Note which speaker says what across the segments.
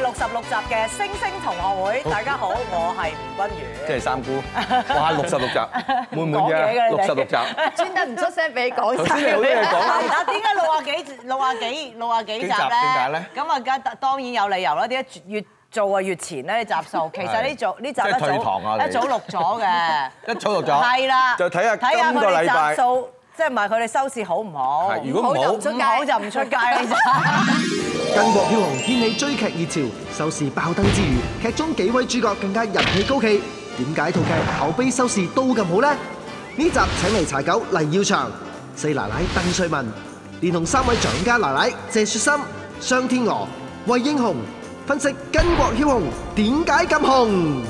Speaker 1: 六十六集嘅《星星同學會》，大家好，我係吳君如。
Speaker 2: 即係三姑，哇！六十 六集，滿滿
Speaker 1: 講嘢嘅
Speaker 2: 嘅
Speaker 1: 你哋
Speaker 2: 六十 六集。
Speaker 3: 專登唔出聲俾你講
Speaker 2: 頭
Speaker 3: 晒
Speaker 2: 先你好多嘢講啦，
Speaker 1: 啊！點解六啊幾六啊幾六啊幾集咧？
Speaker 2: 幾集點解咧
Speaker 1: 咁啊，梗係當然有理由啦。點解越做啊越前咧？集 數其實呢組呢集
Speaker 2: 即係
Speaker 1: 一
Speaker 2: 退
Speaker 1: 早
Speaker 2: 堂啊
Speaker 1: 一
Speaker 2: 你
Speaker 1: 早錄 咗嘅，
Speaker 2: 一早錄咗。
Speaker 1: 係啦。
Speaker 2: 就睇下
Speaker 1: 睇下佢
Speaker 2: 今個
Speaker 1: 哋
Speaker 2: 禮拜
Speaker 1: 集。數，即係唔係佢哋收視好唔好？
Speaker 2: 係如果唔好
Speaker 1: 就唔出街，唔 好就唔出街啦。
Speaker 4: 跟國票王掀起追劇熱潮，收視爆燈之餘，劇中幾位主角更加人氣高企。點解套劇口碑收視都咁好呢？呢集請嚟柴狗黎耀祥、四奶奶鄧萃雯，連同三位掌家奶奶謝雪心、商天娥、惠英紅，分析巾幗梟雄點解咁紅。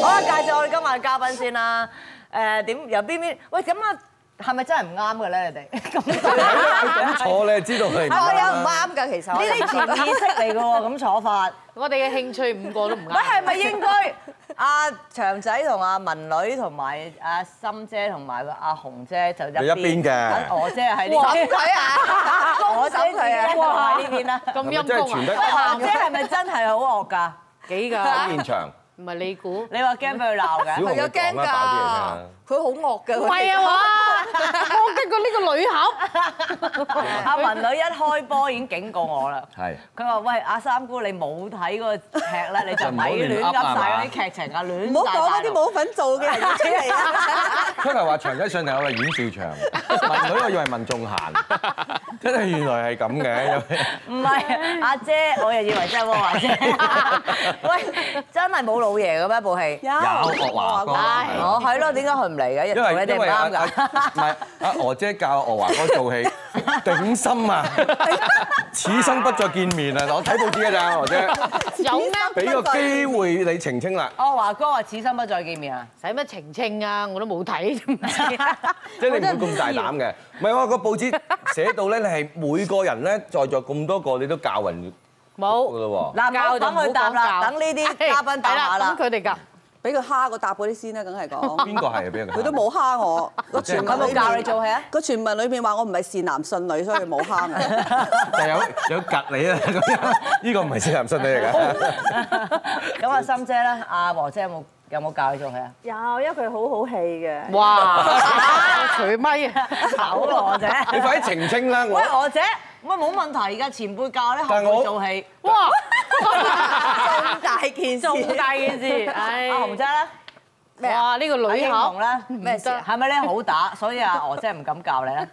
Speaker 1: 好啦，介紹我哋今日嘅嘉賓先啦。誒點由邊邊？喂，咁啊係咪真係唔啱嘅咧？你哋咁坐
Speaker 2: 一坐你就知道 佢唔
Speaker 3: 我
Speaker 2: 啱
Speaker 3: 有唔
Speaker 2: 啦。
Speaker 3: 啱㗎，其實我
Speaker 1: 呢啲潛意識嚟嘅喎，咁坐法。
Speaker 5: 我哋嘅興趣五個都唔啱。
Speaker 1: 喂，係咪應該阿長仔同阿文女同埋阿心姐同埋個阿紅姐就一
Speaker 2: 就一邊嘅
Speaker 1: 等我姐喺呢
Speaker 3: 審
Speaker 1: 邊，
Speaker 3: 佢 啊，
Speaker 1: 我
Speaker 3: 公
Speaker 1: 姐
Speaker 3: 審
Speaker 1: 自己
Speaker 3: 佢啊
Speaker 1: 一個！喺呢邊啦。
Speaker 5: 咁
Speaker 2: 咪真係
Speaker 5: 陰
Speaker 2: 傳
Speaker 5: 公
Speaker 2: 得
Speaker 5: 啊？
Speaker 1: 喂，紅姐係咪真係好惡㗎？
Speaker 5: 幾
Speaker 2: 喺
Speaker 5: 㗎？
Speaker 2: 現場，
Speaker 5: 唔係你估？
Speaker 1: 你話驚俾佢鬧
Speaker 2: 小
Speaker 1: 嘅？
Speaker 2: 紅
Speaker 3: 佢
Speaker 2: 你
Speaker 3: 有驚
Speaker 2: 講
Speaker 3: 㗎
Speaker 2: 啦，爆
Speaker 3: 佢好惡㗎。
Speaker 5: 唔
Speaker 3: 佢
Speaker 5: 係啊嘛！我跟過呢個女俠，
Speaker 1: 阿文女一開波已經警告我啦。
Speaker 2: 啲人係。
Speaker 1: 佢話：喂，阿三姑，你冇睇嗰個劇咧， 你就
Speaker 2: 就唔好
Speaker 1: 咪亂
Speaker 2: 亂
Speaker 1: 噏
Speaker 2: 噏啊
Speaker 1: 晒
Speaker 2: 嘛
Speaker 1: 嗰啲劇情啊，亂
Speaker 3: 唔好
Speaker 1: 晒
Speaker 3: 講嗰
Speaker 1: 大
Speaker 3: 啲
Speaker 1: 陸
Speaker 3: 冇份做嘅 人出嚟啊！
Speaker 2: 出嚟話長仔上嚟我哋阮兆祥，文女我以為文仲嫻， 真係原來係咁嘅。
Speaker 1: 唔係阿姐，我又以為真係汪 華姐。喂，真係冇老爺嘅咩部戲？
Speaker 2: 有學華哥
Speaker 5: 唉
Speaker 1: 哦，係咯，點解佢唔嚟嘅？
Speaker 2: 因
Speaker 1: 同
Speaker 2: 為
Speaker 1: 你哋
Speaker 2: 因
Speaker 1: 唔
Speaker 2: 為阿
Speaker 1: 啱
Speaker 2: 阿
Speaker 1: 㗎。
Speaker 2: 唔係阿娥姐教娥華哥 做戲，頂心啊！此生不再見面啊！我睇報紙㗎咋，娥姐，
Speaker 5: 有咩？
Speaker 2: 俾個機會你澄清啦，
Speaker 1: 我華哥話：此生不再見面 啊！
Speaker 5: 使乜澄清啊？我都冇睇，唔知
Speaker 2: 即係你唔會咁大膽嘅。唔係喎，個報紙寫到咧，你係每個人咧在座咁多個，你都教暈㗎
Speaker 5: 冇。
Speaker 2: 咯喎。
Speaker 1: 嗱，
Speaker 5: 教就
Speaker 1: 等
Speaker 5: 唔好
Speaker 1: 佢答
Speaker 5: 講教
Speaker 1: 啦，等呢啲嘉賓答
Speaker 5: 係
Speaker 1: 下啦
Speaker 5: 咁。佢哋㗎。
Speaker 3: 俾佢蝦個答嗰啲先啦，梗係 講。
Speaker 2: 邊個係啊？邊個？
Speaker 3: 佢都。冇蝦我，個傳
Speaker 1: 佢
Speaker 3: 聞
Speaker 1: 冇
Speaker 3: 裏
Speaker 1: 教
Speaker 3: 面
Speaker 1: 你做 戲啊？
Speaker 3: 個傳聞裏面話我唔係善男信女，所以冇蝦我。
Speaker 2: 就有有趌你啊！咁樣呢個唔係四男信女嚟㗎。
Speaker 1: 咁阿心姐咧，阿和姐有冇有冇教你做戲啊？
Speaker 6: 有，因為佢好好戲嘅。
Speaker 5: 哇！除咪啊！
Speaker 1: 手羅姐，
Speaker 2: 你快啲澄清啦！我
Speaker 1: 喂，何姐，咁啊冇問題㗎，前輩教咧，後
Speaker 2: 但係我
Speaker 1: 輩做戲，
Speaker 5: 哇！
Speaker 3: 咁大件事，
Speaker 5: 重大件 事，唉
Speaker 1: 啊阿紅姐咧。
Speaker 3: 咩啊
Speaker 5: 哇！呢個女
Speaker 1: 英雄
Speaker 5: 俠
Speaker 1: 咧
Speaker 5: 咩事啊
Speaker 1: 係咪咧好打？所以阿娥姐唔敢教你 咧。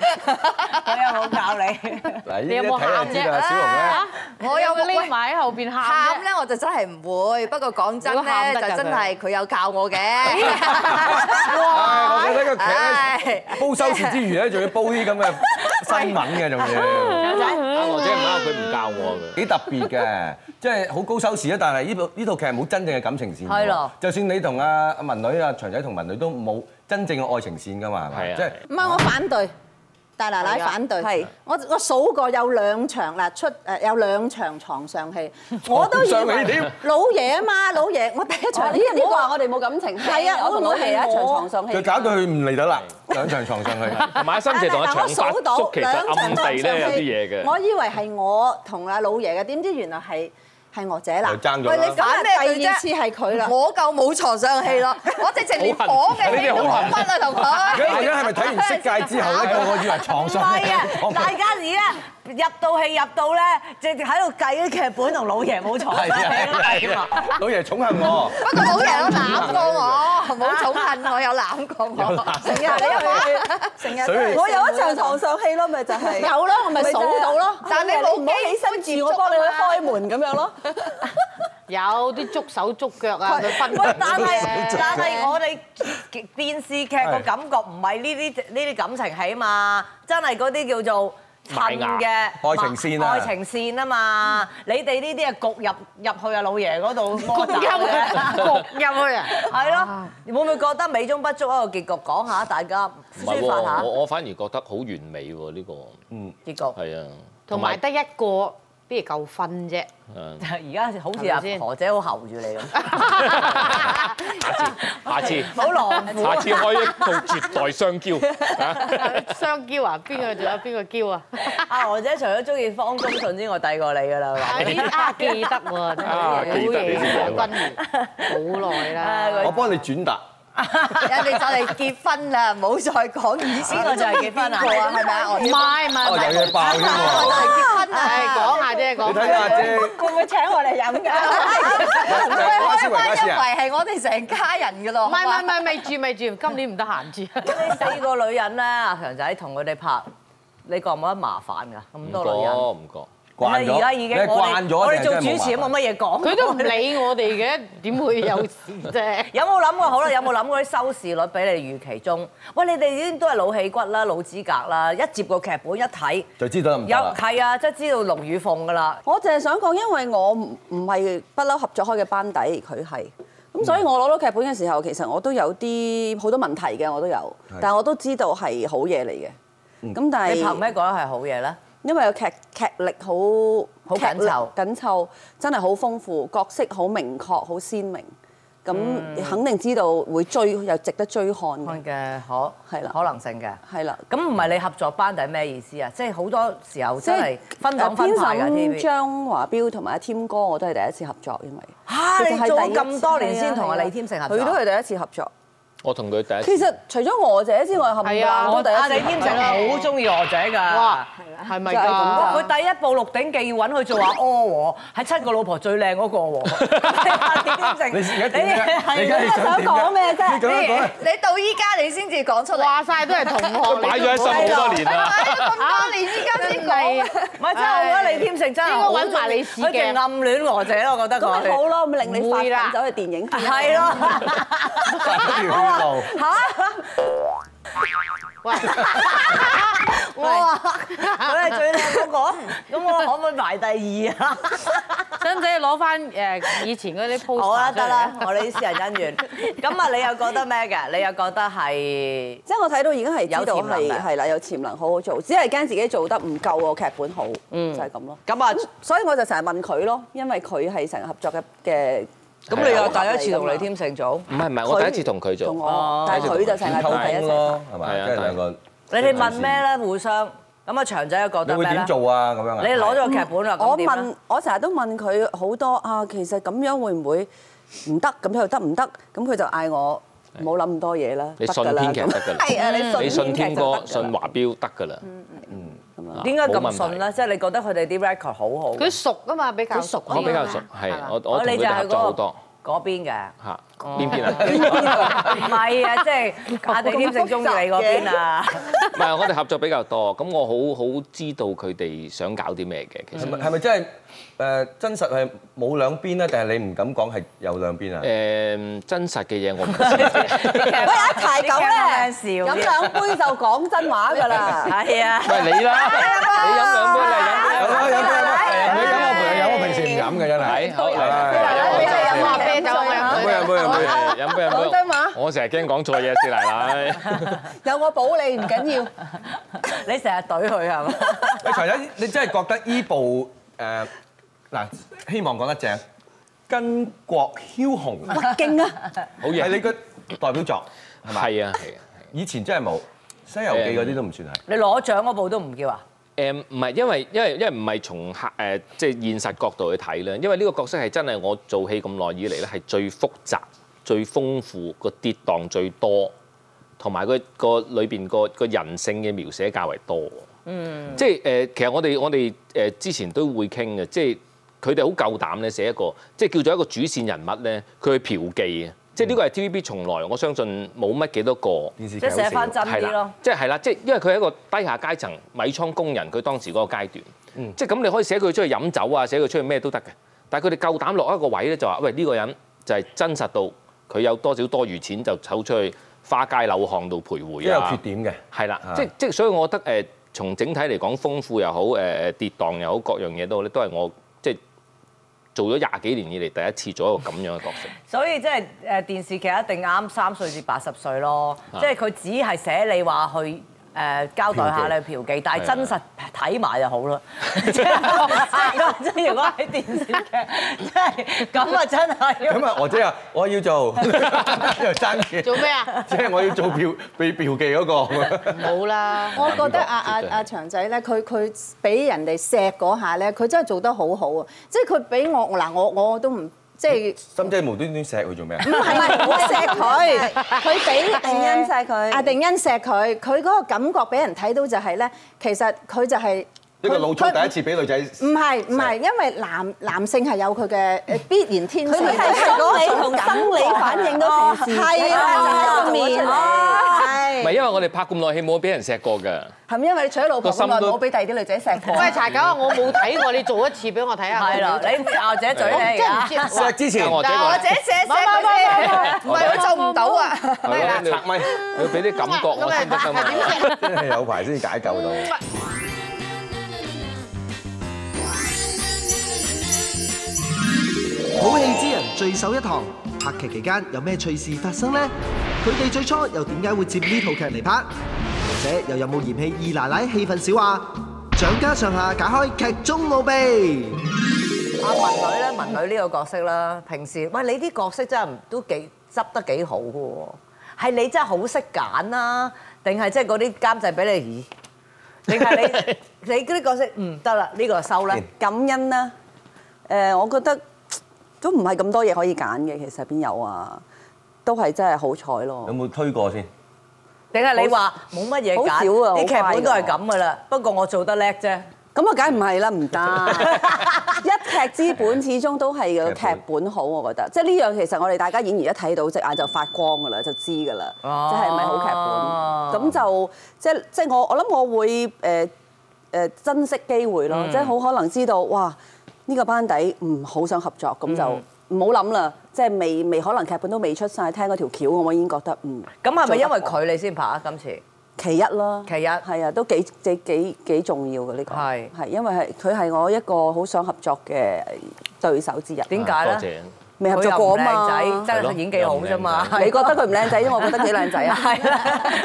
Speaker 1: 佢又冇教你，
Speaker 2: 嗱，
Speaker 5: 你
Speaker 2: 呢
Speaker 5: 有
Speaker 2: 一
Speaker 5: 冇
Speaker 2: 睇
Speaker 5: 喊
Speaker 2: 就
Speaker 5: 啫
Speaker 2: 知啦，小紅咧
Speaker 5: 啊。
Speaker 3: 我有
Speaker 5: 你匿埋喺後邊喊
Speaker 3: 喊
Speaker 5: 啫
Speaker 3: 咧我就真係唔會，不過講真
Speaker 5: 如果喊
Speaker 3: 咧
Speaker 5: 得
Speaker 3: 就
Speaker 5: 㗎
Speaker 3: 真
Speaker 5: 佢
Speaker 3: 係佢有教我嘅。
Speaker 2: 唉我覺得個劇咧
Speaker 3: 唉
Speaker 2: 煲收視之餘咧，仲要煲啲咁嘅新聞嘅，仲要。阿羅姐唔啱，佢唔教我嘅。幾特別嘅，即係好高收視啊！但係呢部呢套劇冇真正嘅感情線㗎喎。
Speaker 1: 係咯
Speaker 2: 就算你同阿阿文女、阿長仔同文女都冇真正嘅愛情線㗎嘛，係咪？
Speaker 7: 係啊
Speaker 2: 即
Speaker 8: 唔
Speaker 2: 係
Speaker 8: 係我反對，大奶奶反
Speaker 3: 係
Speaker 8: 對。我我數過有兩場啦，出誒有兩場床上戲，我都以
Speaker 2: 床上戲
Speaker 8: 為
Speaker 2: 添
Speaker 8: 老爺啊嘛，老爺，我第一場呢
Speaker 3: 呢
Speaker 8: 呢
Speaker 3: 個話
Speaker 8: 個
Speaker 3: 我哋冇感情戲，
Speaker 8: 係啊
Speaker 3: 我同
Speaker 8: 我
Speaker 3: 我
Speaker 8: 係
Speaker 3: 係有一場
Speaker 8: 我
Speaker 3: 床上戲
Speaker 2: 佢。搞到佢唔嚟得啦，兩場床上去。
Speaker 7: 同埋心姐同阿長發叔其實暗地咧有啲嘢嘅。
Speaker 8: 我以為係我同阿老爺嘅，點知原來係係我姐啦
Speaker 2: 又。爭咗啦
Speaker 8: 喂，你反咩？第二次
Speaker 3: 反
Speaker 8: 係佢啦。
Speaker 3: 我夠冇床上戲啦，我直情連火嘅戲都冇分啦，同
Speaker 2: 而家
Speaker 3: 佢。
Speaker 2: 而家係咪睇完《色戒》之後咧，個個以為
Speaker 1: 唔
Speaker 2: 床上戲
Speaker 1: 係啊！
Speaker 2: 講
Speaker 1: 大家而家入到戲入到咧，直直喺度計啲劇本同老爺冇錯。
Speaker 2: 係啊係啊，老爺寵幸我。
Speaker 3: 不過冇人有攬過我，冇寵恨我有攬過我，成日你
Speaker 8: 成日
Speaker 2: 水嚟
Speaker 8: 我有一場床
Speaker 6: 場床上戲咯，咪就係
Speaker 8: 有咯，我咪數到咯。
Speaker 3: 但你冇
Speaker 8: 唔
Speaker 3: 機
Speaker 8: 好
Speaker 3: 會
Speaker 8: 起身
Speaker 3: 接
Speaker 8: 住
Speaker 3: 觸
Speaker 8: 我幫你去
Speaker 3: 啊嘛
Speaker 8: 開門咁樣咯。
Speaker 5: 有啲捉手捉腳啊，佢分
Speaker 1: 喂，
Speaker 5: 開
Speaker 1: 但係
Speaker 5: 嘅
Speaker 1: 但係我哋電視劇個感覺唔係呢啲呢啲感情戲嘛，真係嗰啲叫做襯嘅
Speaker 2: 愛情線啊
Speaker 1: 愛情線啊嘛。你哋呢啲係焗入入去阿老爺嗰度
Speaker 5: 焗
Speaker 1: 焗
Speaker 5: 入去，焗入去啊！
Speaker 1: 係咯，會唔會覺得美中不足一個結局？講下大家
Speaker 7: 唔
Speaker 1: 抒
Speaker 7: 係
Speaker 1: 發下
Speaker 7: 嗯喎，我我反而覺得好完美喎呢個，
Speaker 1: 結局。
Speaker 7: 係啊，
Speaker 5: 同埋得一個邊度夠分啫？
Speaker 7: 嗯
Speaker 1: 而家好似阿
Speaker 5: 係咪先
Speaker 1: 何姐好喉住你咁，
Speaker 7: 下次
Speaker 1: 好狼虎
Speaker 7: 下次開一道絕代雙驕啊！
Speaker 5: 雙驕啊，邊個仲有邊個驕啊？
Speaker 1: 阿何姐除咗中意方中信之外，第過你㗎啦。
Speaker 5: 啊呢啊記得喎，真係
Speaker 7: 啊記得你先講
Speaker 5: 好嘢君如好耐
Speaker 1: 啊
Speaker 5: 啦。
Speaker 1: 佢
Speaker 2: 我幫你轉達。
Speaker 3: 人哋就嚟結婚啦，唔好再講以前
Speaker 1: 呢個就係結婚啊
Speaker 3: 邊個啊，係咪 啊？我
Speaker 5: 唔係唔係
Speaker 2: 哦，
Speaker 5: 唔係，
Speaker 2: 有嘢爆添喎！
Speaker 5: 唉講下啫，
Speaker 2: 你
Speaker 5: 講
Speaker 2: 睇
Speaker 5: 下
Speaker 2: 下姐，
Speaker 6: 會唔會請我嚟飲㗎？
Speaker 2: 就係瓜斯維加斯啊！
Speaker 3: 係我哋成家人噶咯，
Speaker 5: 唔係唔係唔係，未住未住，今年唔得閒住。
Speaker 1: 呢四個女人咧，阿強仔同佢哋拍，你覺唔覺得麻煩㗎？咁多女人，
Speaker 7: 唔覺，
Speaker 2: 慣咗，
Speaker 1: 而家已經
Speaker 2: 你係
Speaker 1: 我
Speaker 2: 慣
Speaker 1: 哋
Speaker 2: 咗，
Speaker 1: 我哋做主
Speaker 2: 定係真係
Speaker 1: 持都
Speaker 2: 冇辦
Speaker 1: 冇乜嘢講。
Speaker 5: 佢都唔理我哋嘅，點會有事啫？
Speaker 1: 有冇諗過？好啦，有冇諗過啲收視率比你預期中？喂，你哋已經都係老戲骨啦、老資格啦，一接個劇本一睇，
Speaker 2: 法就知道得唔得
Speaker 1: 有
Speaker 2: 啦。
Speaker 1: 係啊，即係知道龍與鳳㗎啦。
Speaker 6: 我淨係想講，因為我唔唔係不嬲合作開嘅班底，佢係。咁所以我攞到劇本嘅時候，其實我都有啲好多問題嘅，我都有
Speaker 2: 係，
Speaker 6: 但我都知道係好嘢嚟嘅。咁但係
Speaker 1: 你憑咩覺得係好嘢咧？
Speaker 6: 因為個劇劇力好
Speaker 1: 好緊湊
Speaker 6: 劇力緊湊真係好豐富，角色好明確，好鮮明，咁
Speaker 1: 嗯
Speaker 6: 肯定知道會追又值得追看嘅，
Speaker 1: 嘅可
Speaker 6: 係啦
Speaker 1: 可能性嘅。
Speaker 6: 係啦。
Speaker 1: 咁唔係你合作班底係咩意思啊？即係好多時候真係分
Speaker 6: 誒
Speaker 1: 黨分派㗎
Speaker 6: 編審
Speaker 1: TVB。
Speaker 6: 呃張華標同埋阿添哥，我都係第一次合作，因為
Speaker 1: 嚇
Speaker 6: 其實係
Speaker 1: 你做
Speaker 6: 第一次
Speaker 1: 咁多年先同阿
Speaker 6: 係啊
Speaker 1: 李添成合作
Speaker 6: 佢都係第一次合作。
Speaker 7: 我同佢第
Speaker 6: 其
Speaker 7: 一次
Speaker 6: 實除咗我姐之外，冚
Speaker 5: 係
Speaker 6: 唪
Speaker 5: 啊
Speaker 6: 唥
Speaker 5: 我
Speaker 6: 都第一
Speaker 1: 阿
Speaker 6: 次
Speaker 1: 李添成好中意我仔㗎。
Speaker 5: 哇，係咪
Speaker 6: 就係
Speaker 5: 㗎
Speaker 6: 咁？
Speaker 1: 佢第一部《鹿鼎記》要揾佢做阿柯喎，係七個老婆最靚嗰個喎。
Speaker 2: 你而家點啫？你而家
Speaker 1: 係
Speaker 2: 你想點
Speaker 6: 講咩啫
Speaker 2: 你咁樣講，
Speaker 3: 你到依家你先至講 出嚟，
Speaker 5: 話晒都係同學，
Speaker 7: 擺咗喺心好多年啦。
Speaker 3: 咁多年依家先講，
Speaker 5: 係
Speaker 1: 唔係真係我覺得李添成真係好中意
Speaker 5: 應該揾埋你試鏡
Speaker 1: 佢仲暗戀羅姐咯，我覺得
Speaker 6: 咁咪好
Speaker 1: 佢
Speaker 6: 咯，咪令你發
Speaker 5: 唔會啦
Speaker 6: 奮走去電影圈。
Speaker 1: 係咯。
Speaker 2: 發咗條路。
Speaker 1: 我話佢係最靚嗰個，咁我可唔可以排第二啊？
Speaker 5: 使唔使攞翻誒以前嗰啲 post？
Speaker 1: 好啦，得啦，我哋啲私人恩怨。咁啊，你又覺得咩嘅？你又覺得係
Speaker 6: 即係我睇到已經係知道
Speaker 1: 有潛能
Speaker 6: 係
Speaker 1: 嘅
Speaker 6: 係啦，有潛能好好做，只係驚自己做得唔夠個劇本好，就係咁咯。
Speaker 1: 咁啊？
Speaker 6: 所以我就成日問佢咯，因為佢係成日合作嘅嘅。
Speaker 1: 咁你又第一次同李添成做？
Speaker 7: 唔係唔係，
Speaker 6: 佢
Speaker 7: 我第一次同佢
Speaker 6: 啊同
Speaker 7: 做，
Speaker 6: 我，但係佢就成日同我第一
Speaker 2: 溝通
Speaker 6: 齊。
Speaker 2: 咯，係咪？
Speaker 7: 係啊
Speaker 2: 即係兩個，
Speaker 1: 你哋問咩咧？互相咁啊，長仔又覺
Speaker 2: 你
Speaker 1: 得
Speaker 2: 會
Speaker 1: 咩咧
Speaker 2: 點？做啊？咁樣啊？
Speaker 1: 你攞咗個劇本啦，咁
Speaker 6: 我
Speaker 1: 點咧
Speaker 6: 問，我成日都問佢好多啊，其實咁樣會唔會唔得？咁又得唔得？咁佢就嗌我唔好諗咁多嘢啦，
Speaker 7: 你
Speaker 6: 得
Speaker 7: 信
Speaker 6: 㗎啦
Speaker 7: 編劇
Speaker 6: 咁
Speaker 7: 得 㗎啦。嗯
Speaker 3: 係啊，你
Speaker 7: 你
Speaker 3: 信
Speaker 7: 信天哥、
Speaker 6: 就得㗎
Speaker 7: 信華標得㗎啦。嗯，啊
Speaker 1: 點解
Speaker 7: 冇
Speaker 1: 咁
Speaker 7: 問題
Speaker 1: 信咧？即係你覺得佢哋啲 record 好好
Speaker 5: 佢熟啊嘛，比較熟啲啊嘛。
Speaker 7: 我比較熟，係
Speaker 5: 嘛
Speaker 7: 我我同佢哋合作好多
Speaker 1: 嗰邊嘅。
Speaker 7: 嚇。邊邊啊？
Speaker 1: 唔係啊，即係阿地添成中意你嗰邊啊，
Speaker 7: 唔係我哋合作比較多，咁我好好知道佢哋想搞啲咩嘅。其實
Speaker 2: 係咪係咪真係誒真實係冇兩邊咧？定係你唔敢講係有兩邊啊？
Speaker 7: 誒真實嘅嘢我唔知，
Speaker 6: 喂，一柴狗咧，
Speaker 1: 你
Speaker 6: 飲
Speaker 1: 講緊笑
Speaker 6: 兩杯就講真話㗎啦。
Speaker 1: 係啊。
Speaker 7: 喂你啦，你飲兩杯
Speaker 2: 有
Speaker 7: 啦，
Speaker 2: 啦有啦有啦，你飲我陪你飲，我平時唔飲嘅真係
Speaker 7: 飲。好
Speaker 5: 你
Speaker 7: 嚟。
Speaker 5: 就飲下啤酒，我
Speaker 2: 飲
Speaker 5: 飲
Speaker 2: 杯
Speaker 5: 水
Speaker 2: 飲杯飲杯。
Speaker 7: 飲杯飲杯，我成日驚講錯嘢，師奶奶。
Speaker 6: 有我保你唔緊要。
Speaker 1: 你成日懟佢係嘛？
Speaker 2: 喂，柴仔，你真係覺得依部誒嗱，希望講得正，巾幗梟雄
Speaker 6: 勁啊！
Speaker 7: 好
Speaker 2: 係你
Speaker 7: 嘢，
Speaker 2: 個代表作，
Speaker 7: 係啊係啊。
Speaker 2: 以前真係冇《西遊記》嗰啲都唔算係。
Speaker 1: 你攞獎嗰部都唔叫啊？
Speaker 7: 誒呃唔係，因為因為因為唔係從客誒、呃即係現實角度去睇啦，因為呢個角色係真係我做戲咁耐以嚟咧係最複雜、最豐富、個跌宕最多，同埋個個裏邊個個人性嘅描寫較為多。嗯，即係誒、其實我哋我哋誒、呃之前都會傾嘅，即係佢哋好夠膽咧寫一個，即係叫做一個主線人物咧，佢去嫖妓啊！即係呢個係 TVB 從來我相信冇乜幾多個。
Speaker 2: 電
Speaker 1: 即
Speaker 2: 視劇
Speaker 1: 係寫翻真
Speaker 7: 係
Speaker 1: 啲
Speaker 7: 啦
Speaker 1: 咯，。
Speaker 7: 即係係啦，即係因為佢係一個低下階層米倉工人，佢當時嗰個階段，即係咁你可以寫佢出去飲酒啊，寫佢出去咩都得嘅。但係佢哋夠膽落一個位咧，就話喂呢、個人就係真實到佢有多少多餘錢就走出去花街柳巷度徘
Speaker 2: 都
Speaker 7: 徊
Speaker 2: 有
Speaker 7: 啊，
Speaker 2: 缺點嘅。
Speaker 7: 係啦
Speaker 2: 啊，
Speaker 7: 即即係所以我覺得誒、從整體嚟講，豐富又好，誒、誒跌宕又好，各樣嘢都好咧，都係我即係做咗廿幾年以嚟第一次做一個咁樣嘅角色。
Speaker 1: 所以即係誒電視劇一定啱三歲至八十歲咯，即係佢只係寫你話去誒交代下你嫖妓，但係真實睇埋就好啦。即係即係如果喺電視劇，即係咁啊，真係
Speaker 2: 咁啊，我姐啊，我要做又爭嘢，
Speaker 5: 做咩啊？
Speaker 2: 即係我要做票被嫖妓嗰個。
Speaker 5: 冇啦。
Speaker 8: 我 覺得阿阿阿長仔咧，佢佢俾人哋錫嗰下咧，佢真係做得好好啊！即係佢俾我嗱，我我都唔即係。
Speaker 2: 心姐無端端錫佢做咩啊？
Speaker 8: 唔係唔係，我錫佢，佢俾
Speaker 6: 定欣錫佢
Speaker 8: 阿定欣錫佢，佢嗰個感覺俾人睇到就係咧，其實佢就係
Speaker 2: 呢個老粗
Speaker 8: 佢
Speaker 2: 第一次俾女仔，
Speaker 8: 唔係唔係，因為男男性係有佢嘅誒必然天性，
Speaker 6: 佢係心理同生理反應都平時
Speaker 8: 係啊，就係面
Speaker 7: 唔
Speaker 8: 係
Speaker 7: 係因為我哋拍咁耐戲冇俾人錫過㗎，
Speaker 8: 係咪因為你娶咗老婆咁耐
Speaker 7: 個心都
Speaker 8: 冇俾第二啲女仔錫過？
Speaker 5: 喂，柴狗啊，我冇睇過，你做一次俾我睇下。
Speaker 1: 係啦，你咬姐嘴
Speaker 5: 我
Speaker 1: 嚟
Speaker 5: 真係啊
Speaker 1: 㗎
Speaker 5: 唔。知。
Speaker 2: 錫之前
Speaker 7: 啊我姐過嚟
Speaker 8: 錫
Speaker 5: 唔係唔係唔係唔係唔係，我做唔到啊！
Speaker 7: 係咪
Speaker 2: 係
Speaker 7: 你
Speaker 2: 咪拆咪，
Speaker 7: 你俾啲感覺我先得㗎嘛。
Speaker 2: 真係有排先至解救到。
Speaker 4: 好戲之人聚首一堂，拍劇期間有咩趣事發生呢？佢哋最初又點解會接呢套劇嚟拍？或者又有冇嫌棄二奶奶戲份少啊？蔣家上下解開劇中奧秘。
Speaker 1: 阿文女咧，文女呢個角色啦，平時喂你啲角色真係唔都幾執得幾好嘅喎，係你真係好識揀啦，定係即係嗰啲監製俾你，咦？定係你你嗰啲角色唔得啦，呢個收咧，
Speaker 6: 感恩啦。誒、我覺得都唔係咁多嘢可以揀嘅，其實邊有啊？都係真係好彩
Speaker 2: 有
Speaker 6: 咯。
Speaker 2: 冇推過先？
Speaker 1: 定係你話冇乜嘢
Speaker 6: 好
Speaker 1: 揀，
Speaker 6: 少啊
Speaker 1: 啲劇
Speaker 6: 好快㗎
Speaker 1: 本都係咁嘅啦。不過我做得叻啫，
Speaker 6: 咁啊，梗係唔係啦，唔得。一劇之本始終都係個劇本好，我覺得。即係呢樣其實我哋大家演員一睇到隻眼就發光㗎啦，就知㗎啦，
Speaker 1: 哦
Speaker 6: 即係咪好劇本？咁就即係即係我我諗我會誒誒、珍惜機會咯，
Speaker 1: 嗯
Speaker 6: 即係好可能知道哇呢、個班底唔好想合作，咁就
Speaker 1: 嗯
Speaker 6: 唔好諗啦。即係未未可能劇本都未出晒，聽嗰條橋我已經覺得嗯。
Speaker 1: 咁係咪因為
Speaker 6: 做得好
Speaker 1: 佢你先拍啊？今次
Speaker 6: 其一啦，
Speaker 1: 其一
Speaker 6: 係啊，都幾幾幾幾重要嘅呢個，
Speaker 1: 係
Speaker 6: 係因為係佢係我一個好想合作嘅對手之一，
Speaker 1: 點解
Speaker 7: 多
Speaker 1: 咧？
Speaker 7: 謝。
Speaker 6: 未合
Speaker 1: 佢
Speaker 6: 作
Speaker 1: 又唔
Speaker 6: 過啊
Speaker 1: 靚
Speaker 6: 嘛？
Speaker 1: 仔，
Speaker 7: 係
Speaker 1: 真
Speaker 7: 咯
Speaker 1: 係演技好啫嘛。
Speaker 6: 你覺得佢唔靚仔，因為我覺得幾靚仔 啊。
Speaker 1: 係啦， 呢啲真係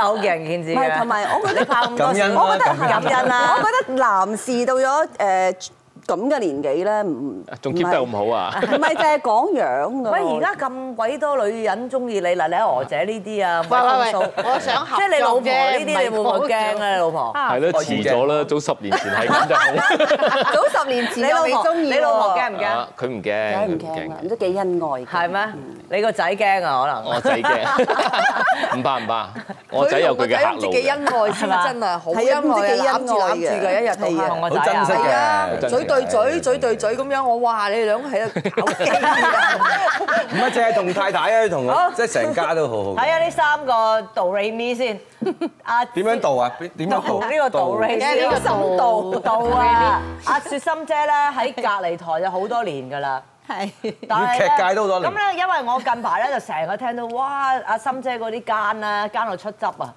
Speaker 1: 好見仁見智
Speaker 6: 唔係，
Speaker 1: 嘅。
Speaker 6: 同埋我覺得
Speaker 1: 拍咁
Speaker 2: 感
Speaker 1: 多次，我
Speaker 2: 恩啦
Speaker 1: 覺得感
Speaker 2: 感恩
Speaker 1: 恩啦。
Speaker 6: 我覺得男士到咗誒咁嘅年紀咧，唔
Speaker 7: 仲 keep 得咁
Speaker 6: 唔
Speaker 7: 好啊？
Speaker 6: 係唔係就係講樣㗎。
Speaker 1: 喂，而家咁鬼多女人中意你嗱，你喺娥姐 呢啲啊，
Speaker 5: 喂喂
Speaker 1: 唔係
Speaker 5: 喂我想合
Speaker 1: 即係你老婆
Speaker 5: 作啫
Speaker 1: 呢啲，你會唔
Speaker 5: 唔係講
Speaker 1: 會驚咧？老婆，
Speaker 7: 係咯，遲咗啦，早十年前係咁就好。
Speaker 8: 早十年前
Speaker 1: 你老
Speaker 8: 你
Speaker 1: 婆，
Speaker 8: 中意
Speaker 1: 你老婆驚唔驚
Speaker 7: 啊？佢唔驚，
Speaker 6: 梗係唔
Speaker 7: 佢唔
Speaker 6: 驚啦，
Speaker 7: 驚，
Speaker 6: 都幾恩愛嘅。
Speaker 1: 係咩？你個仔驚啊？可
Speaker 7: 我
Speaker 1: 能
Speaker 7: 仔驚，唔怕唔怕，我仔有佢嘅客路
Speaker 8: 幾
Speaker 7: 嘅。
Speaker 8: 恩愛先真係好恩
Speaker 6: 係啊唔知
Speaker 8: 愛
Speaker 6: 幾
Speaker 8: 啊，攬住
Speaker 6: 恩愛
Speaker 8: 攬住嘅
Speaker 6: 嘅
Speaker 8: 一日到
Speaker 1: 同
Speaker 8: 黑。
Speaker 1: 我
Speaker 2: 好
Speaker 1: 仔
Speaker 2: 珍
Speaker 1: 啊
Speaker 2: 惜。
Speaker 8: 係啊
Speaker 2: 嘅，
Speaker 8: 嘴對嘴，嘴對嘴咁樣，我哇！你哋兩個喺度搞基啊！
Speaker 2: 唔係淨係同太太啊，同
Speaker 1: 好
Speaker 2: 即係成家都好好。
Speaker 1: 睇下呢三個杜瑞咪先，阿
Speaker 2: 點樣度啊？點樣度？
Speaker 1: 呢個杜瑞
Speaker 5: 嘅呢
Speaker 1: 先
Speaker 5: 個
Speaker 1: 深
Speaker 5: 杜
Speaker 1: 度度啊！阿雪心姐咧喺隔離台就好多年㗎啦。
Speaker 8: 係
Speaker 1: 但係咧
Speaker 2: 粵劇界都好多年
Speaker 1: 咁咧，因為我近排咧就成日聽到哇，阿心姐嗰啲奸啊，奸到出汁啊！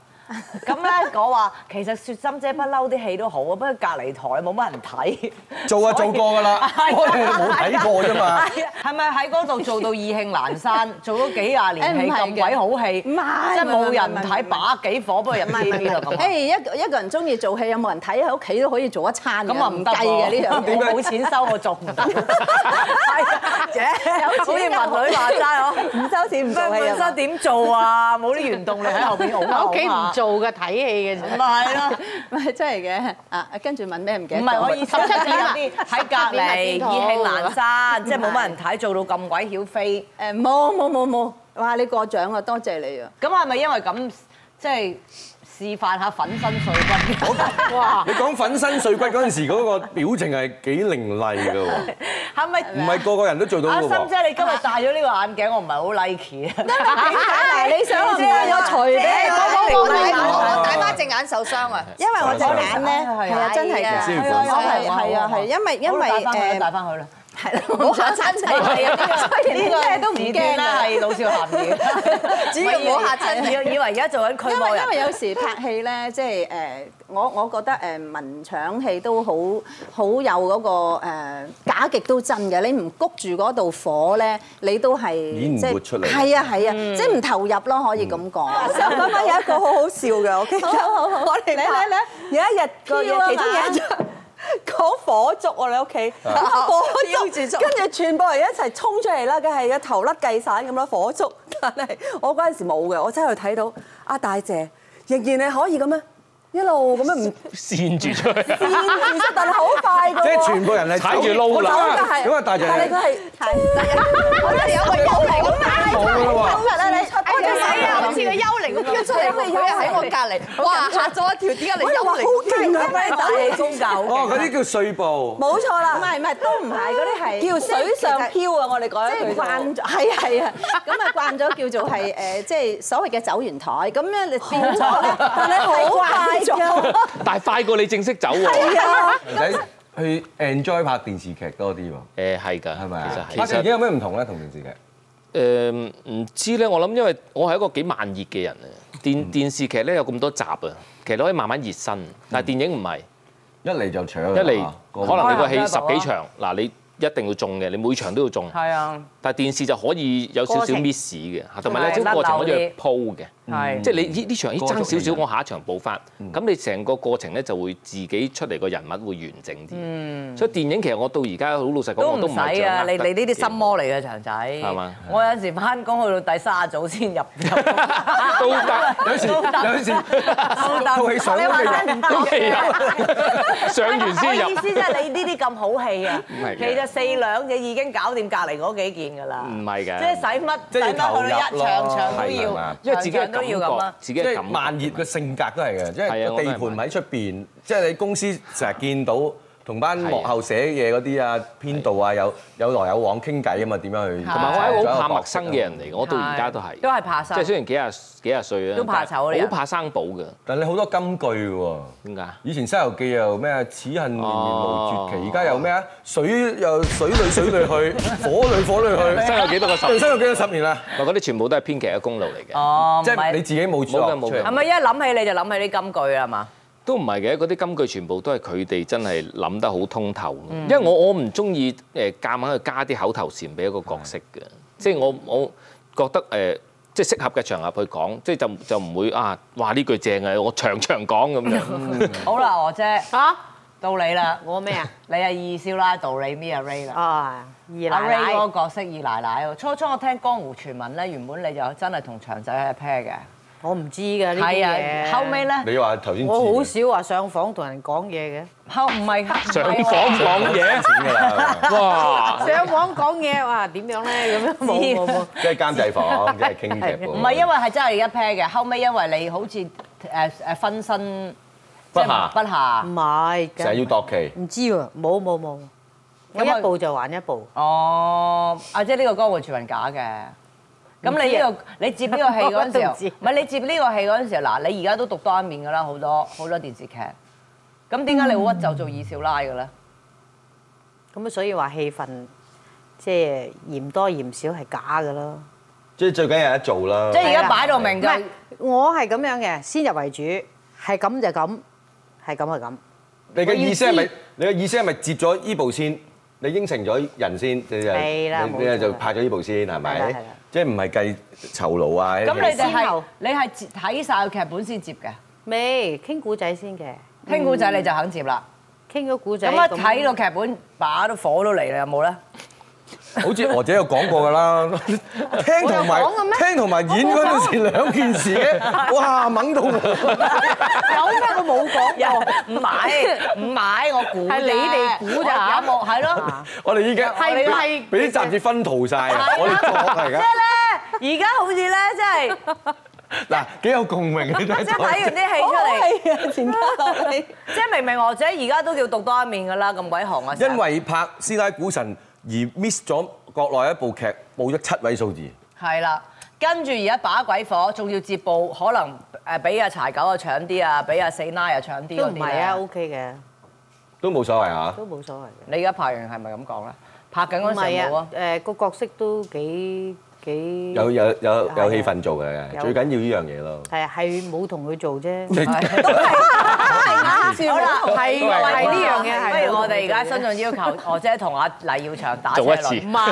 Speaker 1: 咁咧，我話其實雪心姐不嬲啲戲都好啊，不過隔離台冇乜人睇。
Speaker 2: 做啊做過㗎啦，
Speaker 1: 係
Speaker 2: 我哋冇睇過啫嘛。
Speaker 1: 係啊係咪喺嗰度做到意興闌珊， 做咗幾廿年
Speaker 8: 誒唔係
Speaker 1: 戲
Speaker 8: 嘅
Speaker 1: 咁鬼好戲，
Speaker 8: 唔係
Speaker 1: 即係冇人
Speaker 8: 唔係唔係
Speaker 1: 睇
Speaker 8: 唔係
Speaker 1: 把幾火，不過入 T V 啦咁啊。
Speaker 8: 誒一個一個人中意做戲，有冇人睇喺屋企都可以做一餐嘅
Speaker 1: 咁啊唔得
Speaker 8: 計嘅呢樣嘢。
Speaker 1: 樣，我冇錢收我做唔到。係啊，姐，好似文女話齋我。
Speaker 6: 唔收錢唔
Speaker 1: 咩
Speaker 6: 做戲
Speaker 1: 本
Speaker 6: 啊嘛
Speaker 1: 身點做啊？冇啲原動力喺後邊好
Speaker 5: 喺屋企唔
Speaker 1: 做，
Speaker 5: 做嘅，睇戲嘅啫。
Speaker 1: 咪係咯。
Speaker 8: 唔係真係嘅啊！跟住問咩唔記得咗？
Speaker 1: 唔係我意思係
Speaker 5: 十七點啊
Speaker 1: 有啲喺隔離意興闌珊，即係冇乜人睇，做到咁鬼曉飛。
Speaker 8: 誒冇冇冇冇，哇！你過獎啊，多謝你啊！
Speaker 1: 咁係咪因為咁即係示範下粉身碎骨？
Speaker 5: 哇！
Speaker 2: 你講粉身碎骨嗰陣時嗰個表情係幾凌厲㗎喎，
Speaker 1: 係咪？
Speaker 2: 唔係個個人都做到
Speaker 1: 阿
Speaker 2: 㗎
Speaker 1: 啊心
Speaker 2: 喎。
Speaker 1: 姐，你今日戴咗呢個眼鏡，我唔係好 like 啊。
Speaker 8: 嗱，你想唔想我除俾你睇？
Speaker 1: 我戴我
Speaker 5: 大媽隻眼受傷啊！
Speaker 8: 因為我隻眼咧
Speaker 1: 係啊
Speaker 8: 係啊，真係
Speaker 1: 係
Speaker 8: 嘅，
Speaker 1: 啊
Speaker 2: 先
Speaker 8: 係
Speaker 2: 要
Speaker 8: 啊
Speaker 2: 管
Speaker 1: 制
Speaker 8: 係啊，係因為因為
Speaker 1: 好啦戴翻佢啦，
Speaker 8: 誒
Speaker 1: 戴翻佢啦。係啦，
Speaker 3: 冇嚇親你係啊！雖然
Speaker 1: 呢
Speaker 3: 呢
Speaker 1: 個
Speaker 3: 啲都唔驚
Speaker 1: 啦，
Speaker 3: 啊，
Speaker 1: 係老少咸宜。
Speaker 3: 只要冇嚇親你。
Speaker 1: 以為而家做緊驅
Speaker 8: 因
Speaker 1: 魔
Speaker 8: 為
Speaker 1: 人
Speaker 8: 因。為有時拍戲咧，即係誒、呃我我覺得誒、呃文搶戲都好好有嗰、個、呃、假極都真嘅，你唔谷住嗰度火咧，你都係
Speaker 2: 演唔活出嚟
Speaker 8: 係啊係啊，即係唔投入咯，可以咁講。
Speaker 6: 啱啱有一個好好笑嘅，我記得。我哋
Speaker 8: 嚟嚟嚟
Speaker 6: 有一日個
Speaker 8: 跳啊嘛
Speaker 6: 嘢，其中有 一日講火燭我哋屋企，火
Speaker 3: 跳
Speaker 6: 燭，
Speaker 3: 住燭
Speaker 6: 跟住全部人一齊衝出嚟啦，梗係一頭甩計散咁啦，火燭。 但係我嗰陣時冇嘅，我真係睇到阿大姐仍然係可以咁樣一路 咁樣唔
Speaker 7: 扇住出去。
Speaker 6: 變唔出，但係好快嘅喎。
Speaker 2: 即係全部人係
Speaker 7: 踩住撈
Speaker 6: 我
Speaker 7: 啦
Speaker 6: 走嘅係，
Speaker 2: 咁啊大隻
Speaker 6: 但係佢係
Speaker 3: 我哋有個幽靈咁
Speaker 2: 冇㗎啦
Speaker 3: 今日啊你，
Speaker 6: 我
Speaker 3: 我
Speaker 6: 哋
Speaker 3: 哋
Speaker 6: 睇
Speaker 3: 啊，
Speaker 6: 啊
Speaker 3: 好似個幽靈咁樣出嚟，佢又喺我隔離，哇嚇咗一跳，點解你
Speaker 6: 我又
Speaker 3: 幽
Speaker 6: 話好
Speaker 3: 靈？
Speaker 6: 勁啊！
Speaker 1: 喂打你公教
Speaker 2: 喎，哦，嗰啲叫碎步。
Speaker 6: 冇錯
Speaker 8: 唔
Speaker 6: 啦，
Speaker 8: 係唔係都唔係嗰啲係
Speaker 6: 叫水上漂啊！我哋
Speaker 8: 即
Speaker 6: 改一句
Speaker 8: 係
Speaker 6: 就
Speaker 8: 慣咗，係啊係啊，咁啊慣咗叫做係誒，即係所謂嘅走完台，咁咧你變咗咧，
Speaker 6: 但係好快㗎，
Speaker 7: 但係快過你正式走喎。
Speaker 2: 唔使去 enjoy 拍電視劇多啲喎，
Speaker 7: 誒係㗎，
Speaker 2: 係咪啊？
Speaker 7: 其
Speaker 2: 拍電
Speaker 7: 實其
Speaker 2: 影
Speaker 7: 實
Speaker 2: 有咩唔同咧？同電視劇
Speaker 7: 誒唔知咧，我諗因為我係一個幾慢熱嘅人啊。電電視劇咧有咁多集啊，其實你可以慢慢熱身，但係電影唔係。
Speaker 2: 一嚟就搶，
Speaker 7: 一嚟
Speaker 2: 個
Speaker 7: 可能你個戲
Speaker 1: 開
Speaker 7: 十
Speaker 1: 行
Speaker 7: 幾場，嗱你一定要中嘅，你每場都要中。
Speaker 1: 係啊，
Speaker 7: 但係電視就可以有少
Speaker 1: 過
Speaker 7: 少
Speaker 1: 程
Speaker 7: miss 嘅，同埋咧
Speaker 1: 係
Speaker 7: 即係過程可以
Speaker 1: 甩漏啲嗯
Speaker 7: 鋪嘅，
Speaker 1: 係
Speaker 7: 即係你呢呢場咦
Speaker 2: 過足
Speaker 7: 爭少少，
Speaker 2: 氣啊
Speaker 7: 我下一場補翻，
Speaker 1: 嗯
Speaker 7: 咁你成個過程咧就會自己出嚟個人物會完整啲。所以電影其實我到而家好老實講，
Speaker 1: 嗯都
Speaker 7: 我都
Speaker 1: 唔
Speaker 7: 唔係
Speaker 1: 使
Speaker 7: 掌
Speaker 1: 啊！
Speaker 7: 握
Speaker 1: 你
Speaker 7: 得
Speaker 1: 你呢啲
Speaker 7: 嘅
Speaker 1: 心魔嚟嘅長仔，係
Speaker 7: 嘛
Speaker 1: 我有陣時翻工去到第三十組先 入
Speaker 7: 都 得。
Speaker 2: 有時有時
Speaker 1: 到
Speaker 2: 套戲上
Speaker 1: 你話
Speaker 2: 都
Speaker 1: 真唔講
Speaker 7: 未
Speaker 1: 嘅。
Speaker 7: 有上完
Speaker 1: 我
Speaker 7: 先
Speaker 1: 意
Speaker 7: 入
Speaker 1: 思。即係你呢啲咁好戲啊
Speaker 7: 唔係，嘅
Speaker 1: 其實四兩嘢已經搞掂隔離嗰幾件㗎啦。
Speaker 7: 唔係嘅
Speaker 1: 即係使乜
Speaker 2: 即
Speaker 1: 使乜
Speaker 2: 係要
Speaker 1: 去到
Speaker 2: 投
Speaker 1: 一
Speaker 2: 入咯
Speaker 1: 場場都
Speaker 2: 係嘛
Speaker 1: 要，
Speaker 7: 因為自己嘅
Speaker 1: 場場都
Speaker 7: 感
Speaker 1: 要咁
Speaker 7: 覺
Speaker 1: 啊，。
Speaker 2: 即
Speaker 7: 自己嘅
Speaker 2: 係
Speaker 7: 感覺
Speaker 2: 慢熱嘅性格都係嘅，即
Speaker 7: 係啊
Speaker 2: 係
Speaker 7: 我都係
Speaker 2: 地盤喺出邊，即係你公司成日見到同班幕後寫嘢嗰啲啊、編導啊，有有來有往傾偈啊嘛，點樣去？
Speaker 1: 同
Speaker 7: 同埋我係
Speaker 2: 啊
Speaker 7: 一個好怕陌生嘅人嚟嘅，我到而家都係。
Speaker 1: 都係怕
Speaker 7: 即
Speaker 1: 生
Speaker 7: 係雖然幾廿幾廿歲啦，
Speaker 1: 都怕醜啊你
Speaker 7: 但係好怕生保嘅。
Speaker 2: 但你好多金句喎。
Speaker 7: 點解？
Speaker 2: 以前《西遊記》又咩此恨年年無絕期，
Speaker 7: 哦
Speaker 2: 而家又咩啊？水又水裏水裏去，火裏火裏去。
Speaker 7: 西遊記不過十
Speaker 2: 對《西遊記》有十年啦，
Speaker 7: 嗱，嗰啲全部都係編劇嘅功勞嚟嘅，
Speaker 1: 哦，唔
Speaker 2: 即係你
Speaker 1: 係
Speaker 2: 自己冇
Speaker 7: 冇嘅
Speaker 2: 作
Speaker 7: 冇
Speaker 2: 出
Speaker 1: 係
Speaker 7: 嘅
Speaker 2: 嚟。
Speaker 1: 咪一諗起你就諗起啲金句啦係嘛？
Speaker 7: 都唔係嘅。嗰啲金句全部都係佢哋真係諗得好通透。因為我我唔中意誒夾硬去加啲口頭禪俾一個角色嘅，即係我我覺得誒。即係適合嘅場合去講，即係就就唔會啊！哇呢句正啊，我長長講 咁樣。
Speaker 1: 好啦，娥姐
Speaker 5: 嚇
Speaker 1: 到你啦，
Speaker 5: 我咩啊？
Speaker 1: 你係二少奶杜你咪阿 Ray 啦。
Speaker 5: 啊，二奶
Speaker 1: 阿 Ray 嗰
Speaker 5: 奶
Speaker 1: 個角色二奶奶喎，初初我聽江湖傳聞咧，原本你就真係同長仔係 pair 嘅，
Speaker 5: 我唔知㗎呢啲
Speaker 1: 係
Speaker 5: 嘢。
Speaker 1: 啊，後尾咧，
Speaker 2: 你話頭先知
Speaker 5: 我好
Speaker 2: 嘅
Speaker 5: 少話上房同人講嘢
Speaker 1: 後唔係
Speaker 7: 上房講嘢，
Speaker 2: 錢㗎 啦，
Speaker 7: 哇！
Speaker 5: 嘅，上房講嘢哇點樣咧咁樣冇冇冇，
Speaker 2: 即係監製房，即係傾劇本。
Speaker 1: 唔係因為係真係一 pair 嘅，後尾因為你好似誒誒分身
Speaker 2: 不
Speaker 1: 即係
Speaker 2: 下，
Speaker 1: 不下
Speaker 5: 唔，係㗎
Speaker 2: 成日要度期。
Speaker 5: 唔知喎，冇冇冇，我
Speaker 1: 因為
Speaker 5: 一步就還一步。
Speaker 1: 哦，阿姐呢個歌會全民假嘅。咁你呢個你接呢個戲嗰陣時候
Speaker 5: 啊 我都唔知，
Speaker 1: 唔係你接呢個戲嗰陣時候，嗱你而家都讀多一面㗎啦，好多好多電視劇。咁點解你會屈就做二少奶嘅咧？
Speaker 5: 嗯咁所以話氣氛即係嫌多嫌少係假嘅咯。
Speaker 2: 即係最緊要有得做啦。
Speaker 1: 即係而家擺到明
Speaker 5: 唔
Speaker 1: 就
Speaker 5: 係，啊我係咁樣嘅，先入為主，係咁就咁，係咁就咁。
Speaker 2: 你嘅意思係咪？你嘅意思係咪接咗依步先？你應承咗人先，你就
Speaker 5: 係啦
Speaker 2: 你
Speaker 5: 冇錯
Speaker 2: 你
Speaker 5: 啦
Speaker 2: 就拍咗依步先，係
Speaker 5: 係啦係啦
Speaker 2: 咪？即係唔係計酬勞啊？
Speaker 1: 咁你哋
Speaker 5: 先
Speaker 1: 係
Speaker 5: 後
Speaker 1: 你係接睇晒劇本先接嘅，
Speaker 5: 未傾古仔先嘅，
Speaker 1: 聽古仔
Speaker 5: 嗯
Speaker 1: 你就肯接啦。
Speaker 5: 傾咗古仔
Speaker 1: 咁一睇個劇本，把都火都嚟啦，有冇咧？
Speaker 2: 好似娥姐有講過㗎啦， 聽同埋聽同埋演嗰陣時兩件事 嘅，哇猛到我！
Speaker 1: 有咩我冇講 過？唔買唔買，我估
Speaker 5: 係你哋估咋啊
Speaker 1: 有冇係咯？
Speaker 2: 我哋已經
Speaker 5: 係唔係
Speaker 2: 俾啲雜誌分圖晒啊！我哋作嚟㗎，
Speaker 1: 即係咧，而家好似咧，即係
Speaker 2: 嗱幾有共 鳴嘅真 係
Speaker 1: 即係睇完啲戲出
Speaker 5: 哦
Speaker 1: 嚟，
Speaker 6: 係啊，全家落嚟。
Speaker 1: 即係明明娥姐而家都叫獨當一面㗎啦，咁鬼紅啊！成日
Speaker 2: 因為拍《師奶股神》而 miss 咗國內一部劇，報咗七位數字。
Speaker 1: 係啦，跟住而家把鬼火，仲要接報，可能誒俾阿柴狗啊搶啲啊，俾阿四奶啊搶啲
Speaker 5: 都
Speaker 1: 嗰
Speaker 5: 唔
Speaker 1: 啲
Speaker 5: 係啊
Speaker 1: 咧。
Speaker 5: ，OK 嘅，
Speaker 2: 都冇所謂啊！
Speaker 5: 都冇所謂嘅。
Speaker 1: 你而家拍完係咪咁講咧？拍緊嗰陣時有冇啊？
Speaker 5: 唔係啊，誒，個角色都幾-幾-
Speaker 2: 有有有
Speaker 1: 啊
Speaker 2: 有氣氛做
Speaker 5: 有
Speaker 2: 嘅，最緊要呢樣嘢咯。
Speaker 5: 係啊，係冇同佢做啫。
Speaker 1: 好啦，
Speaker 5: 係-係呢樣嘢，係。
Speaker 1: 不如我哋而家新進要 求，我姐同阿黎耀祥打車
Speaker 7: 做一
Speaker 1: 輪。
Speaker 7: 次
Speaker 1: 唔係。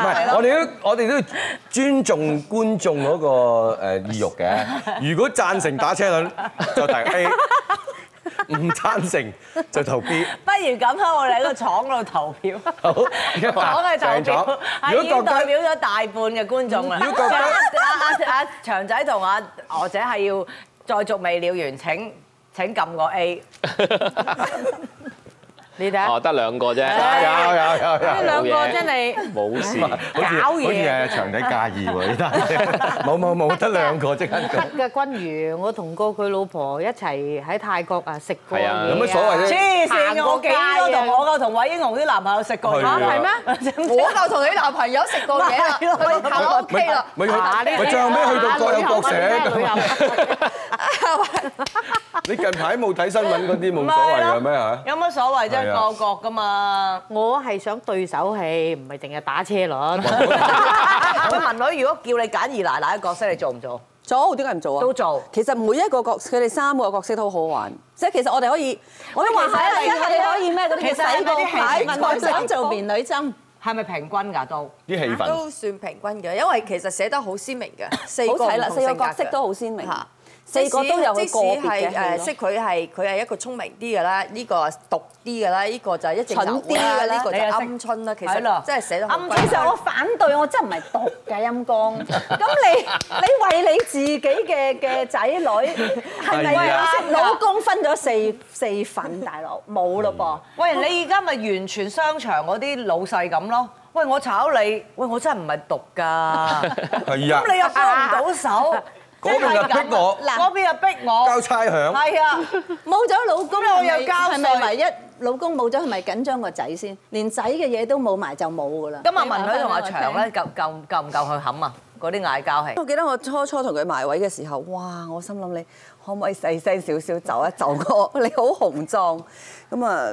Speaker 2: 唔係，我哋都我哋都要尊重觀眾嗰個誒意欲嘅。如果贊成打車輪就投 A，唔贊成就投 B。
Speaker 1: 不如咁啦，我哋喺個廠度投票，
Speaker 2: 好，
Speaker 1: 廠嘅投
Speaker 2: 成咗
Speaker 1: 票，係
Speaker 2: 如
Speaker 1: 已經
Speaker 2: 果覺得
Speaker 1: 代表咗大半嘅觀眾啦。
Speaker 2: 如果覺得
Speaker 1: 阿阿阿長仔同阿娥姐係要再續未了完，請請撳 個 A。
Speaker 5: 你睇下，
Speaker 7: 哦，得兩個啫，
Speaker 2: 有有有有。
Speaker 5: 呢兩個真係
Speaker 7: 冇事。
Speaker 2: 好似
Speaker 5: 搞嘢
Speaker 2: 好似係長仔介意喎，呢單嘢 冇冇冇，得兩個即刻做，
Speaker 5: 得嘅，君如，我同過佢老婆一齊喺泰國啊，食過
Speaker 7: 係啊，
Speaker 5: 嘢啊，
Speaker 2: 有乜所謂啫？
Speaker 1: 黐線，我幾
Speaker 5: 行過街啊。
Speaker 1: 多同我個同偉英雄啲男朋友食過
Speaker 2: 係啊
Speaker 1: 飯
Speaker 2: 係
Speaker 1: 咩？
Speaker 3: 我就同你男朋友食過嘢啦，去到卡拉 OK 啦，
Speaker 2: 咪去
Speaker 5: 啊，呢
Speaker 2: 咪
Speaker 5: 啲
Speaker 2: 最後尾去到
Speaker 5: 啊，
Speaker 2: 各有各社
Speaker 5: 旅遊啊，
Speaker 2: 咁。你近排冇睇新聞嗰啲冇所謂嘅咩嚇？
Speaker 1: 有乜所謂
Speaker 2: 係
Speaker 1: 啫？
Speaker 2: 啊
Speaker 1: 各國噶 嘛。
Speaker 5: 旅遊。我係想對手戲，唔係淨係打車輪。
Speaker 1: 喂，文女，如果叫你揀二奶奶嘅角色，你做唔做？
Speaker 6: 做點解唔做啊？
Speaker 1: 都做
Speaker 6: 其實每一個角，佢哋三個角色都好好玩。即係其實我哋可以，我哋
Speaker 1: 因為
Speaker 6: 其實係
Speaker 1: 係啊
Speaker 6: 我哋可以咩嗰啲
Speaker 1: 其實
Speaker 6: 叫
Speaker 1: 係
Speaker 6: 洗個
Speaker 1: 嗰啲
Speaker 6: 牌
Speaker 1: 戲
Speaker 6: 問
Speaker 1: 我
Speaker 6: 我
Speaker 1: 想
Speaker 6: 想
Speaker 1: 做
Speaker 6: 做
Speaker 1: 面
Speaker 6: 面。
Speaker 1: 女針，係咪平均㗎都？
Speaker 2: 啲氣氛，
Speaker 3: 都算平均嘅，因為其實寫得好鮮明 嘅，四
Speaker 6: 好
Speaker 3: 個
Speaker 6: 睇啦，
Speaker 3: 唔同
Speaker 6: 四個
Speaker 3: 性格
Speaker 6: 角色
Speaker 3: 嘅
Speaker 6: 都好鮮明
Speaker 3: 嚇，
Speaker 6: 四個都有佢個
Speaker 3: 即使係
Speaker 6: 別嘅
Speaker 3: 誒，
Speaker 6: 戲
Speaker 3: 即
Speaker 6: 咯
Speaker 3: 係佢係佢係一個聰明啲嘅啦，呢個毒啲嘅啦，呢個就一直
Speaker 6: 蠢
Speaker 3: 流
Speaker 6: 啲嘅啦
Speaker 3: 呢個就
Speaker 1: 你又識
Speaker 3: 鵪鶉啦。其
Speaker 1: 係咯
Speaker 3: 實真係寫得好
Speaker 1: 鵪
Speaker 3: 均
Speaker 1: 鶉
Speaker 3: 勻
Speaker 9: 其實我反對，我真係唔係毒嘅陰公。咁你你為你自己嘅嘅仔女 係咪
Speaker 2: 係啊
Speaker 9: 老公分咗四四份，大佬冇咯
Speaker 1: 喂，你而家咪完全商場嗰啲老細咁咯？喂，我炒你，喂，我真係唔係毒 㗎，
Speaker 2: 係啊，
Speaker 1: 咁你又幫唔到手，即
Speaker 2: 嗰邊又
Speaker 1: 係咁
Speaker 2: 逼我
Speaker 1: 嗱嗰邊又逼我，
Speaker 2: 交差響。
Speaker 1: 係啊，
Speaker 9: 噃，冇咗老公
Speaker 1: 咁我又
Speaker 9: 係咪
Speaker 1: 交稅
Speaker 9: 係咪唯一老公冇咗係咪緊張個仔先？連仔嘅嘢都冇埋就冇噶啦。
Speaker 1: 咁啊，文女同阿長咧夠夠夠唔夠去冚啊？嗰啲嗌交係
Speaker 6: 我記得我初初同佢埋位嘅時候，哇！我心諗你可唔可以細聲少少就一就我？你好雄壯咁啊！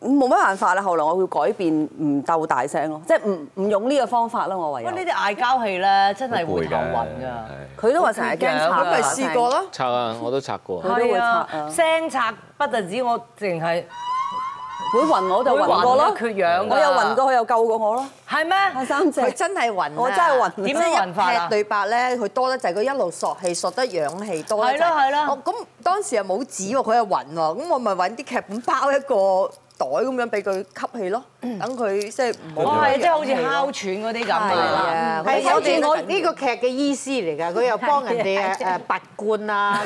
Speaker 6: 冇乜辦法啦，後來我會改變唔鬥大聲咯，即係唔唔用呢個方法啦，我唯有
Speaker 1: 喂，。呢啲嗌交戲咧真係會頭暈㗎。
Speaker 6: 佢都話成日驚
Speaker 1: 好攰㗎
Speaker 6: 慘
Speaker 3: 咁咪試過咯。
Speaker 7: 拆啊，我都拆過。
Speaker 6: 佢都會
Speaker 1: 係
Speaker 6: 拆
Speaker 1: 啊
Speaker 6: 啊，
Speaker 3: 嗯
Speaker 1: 聲拆不特止我，淨係
Speaker 6: 會暈我就暈
Speaker 1: 會
Speaker 6: 過咯，
Speaker 1: 暈啊缺氧㗎
Speaker 6: 我又暈過，佢又救過我咯，
Speaker 1: 係咩？
Speaker 6: 三隻
Speaker 3: 佢。真係暈啊！
Speaker 6: 我真係暈
Speaker 1: 點樣暈法啊
Speaker 3: 即係一劈對白咧，佢多得就係佢一路索氣，索得氧氣多得滯。
Speaker 1: 係咯係咯
Speaker 3: 我咁當時又冇紙喎，佢又暈喎，啊咁我咪揾啲劇本包一個袋咁樣俾佢吸氣咯，等佢即係唔
Speaker 1: 我
Speaker 3: 好。
Speaker 1: 哦係即係好似哮喘嗰啲咁啊！
Speaker 3: 啊，
Speaker 5: 係
Speaker 3: 我
Speaker 5: 我
Speaker 3: 哋
Speaker 5: 哋我呢個劇嘅醫師嚟㗎，佢又幫人哋誒誒拔 罐啊、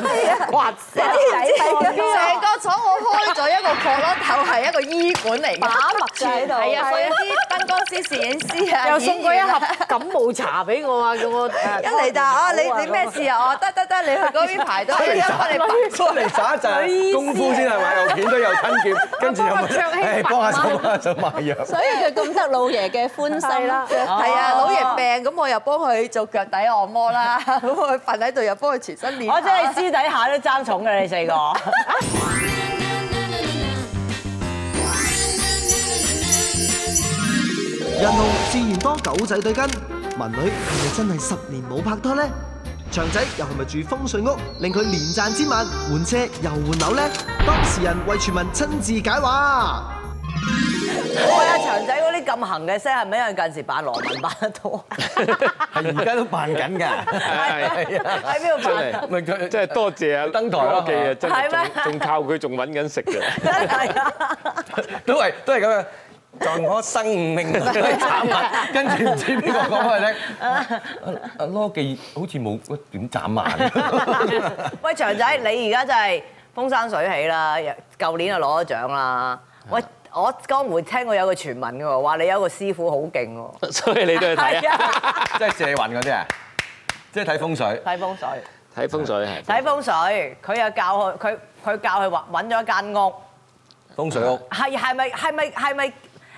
Speaker 5: 刮痧
Speaker 3: 成個廠我開咗一個角落頭係一個醫館嚟嘅，
Speaker 5: 打脈喺度，
Speaker 3: 係啊，所以
Speaker 5: 係啊
Speaker 3: 啲燈光師、攝影師啊，
Speaker 5: 又送過一
Speaker 3: 演員 啊
Speaker 5: 盒感冒茶俾我啊，叫我一
Speaker 3: 一嚟就啊，你你咩事啊？我得得得，你去嗰邊排隊，一翻嚟拔
Speaker 2: 出嚟耍一 陣功夫先係咪？又片都有親劍，跟住又誒幫下手幫下手買 藥。
Speaker 9: 所以佢咁得老爺嘅歡心啦。
Speaker 3: 係啊，老爺病咁，我又幫佢做腳底按摩啦， 咁佢瞓喺度又幫佢全身練。
Speaker 1: 我真係私底下都爭寵嘅你四個。
Speaker 4: 人紅自然多狗仔對根，文女係咪真係十年冇拍拖呢？長仔又係咪住風水屋，令佢連賺千萬，換車又換樓呢？當事人為傳聞親自解話。
Speaker 1: 喂，阿長仔嗰啲咁行嘅聲係咪因為近時扮羅文扮得多？
Speaker 2: 係而家都扮緊㗎，
Speaker 7: 係啊
Speaker 1: 喺邊度扮？
Speaker 2: 咪佢
Speaker 7: 真係多謝啊！
Speaker 2: 登台咯
Speaker 7: 科技啊，真
Speaker 1: 係咩
Speaker 7: 係仲仲靠佢仲揾緊食 嘅。
Speaker 1: 真係啊！
Speaker 2: 都係都係咁樣。在我生 命裏嘅產物，跟住唔知邊個講俾我聽，阿羅記好似冇喂點斬 慢，
Speaker 1: 喂，長仔，你而家真係風生水起啦！舊年就攞咗獎啦。喂，我江湖聽過有個傳聞嘅喎，話你有個師傅好勁喎。
Speaker 7: 所以你都去睇啊？
Speaker 1: 啊，
Speaker 2: 即係借運嗰啲啊，即係睇風水。
Speaker 1: 睇風水。
Speaker 7: 睇風水係。
Speaker 1: 睇風水，佢又教佢，佢佢教佢揾揾咗一間屋，
Speaker 2: 風水屋
Speaker 1: 係係咪係咪係咪？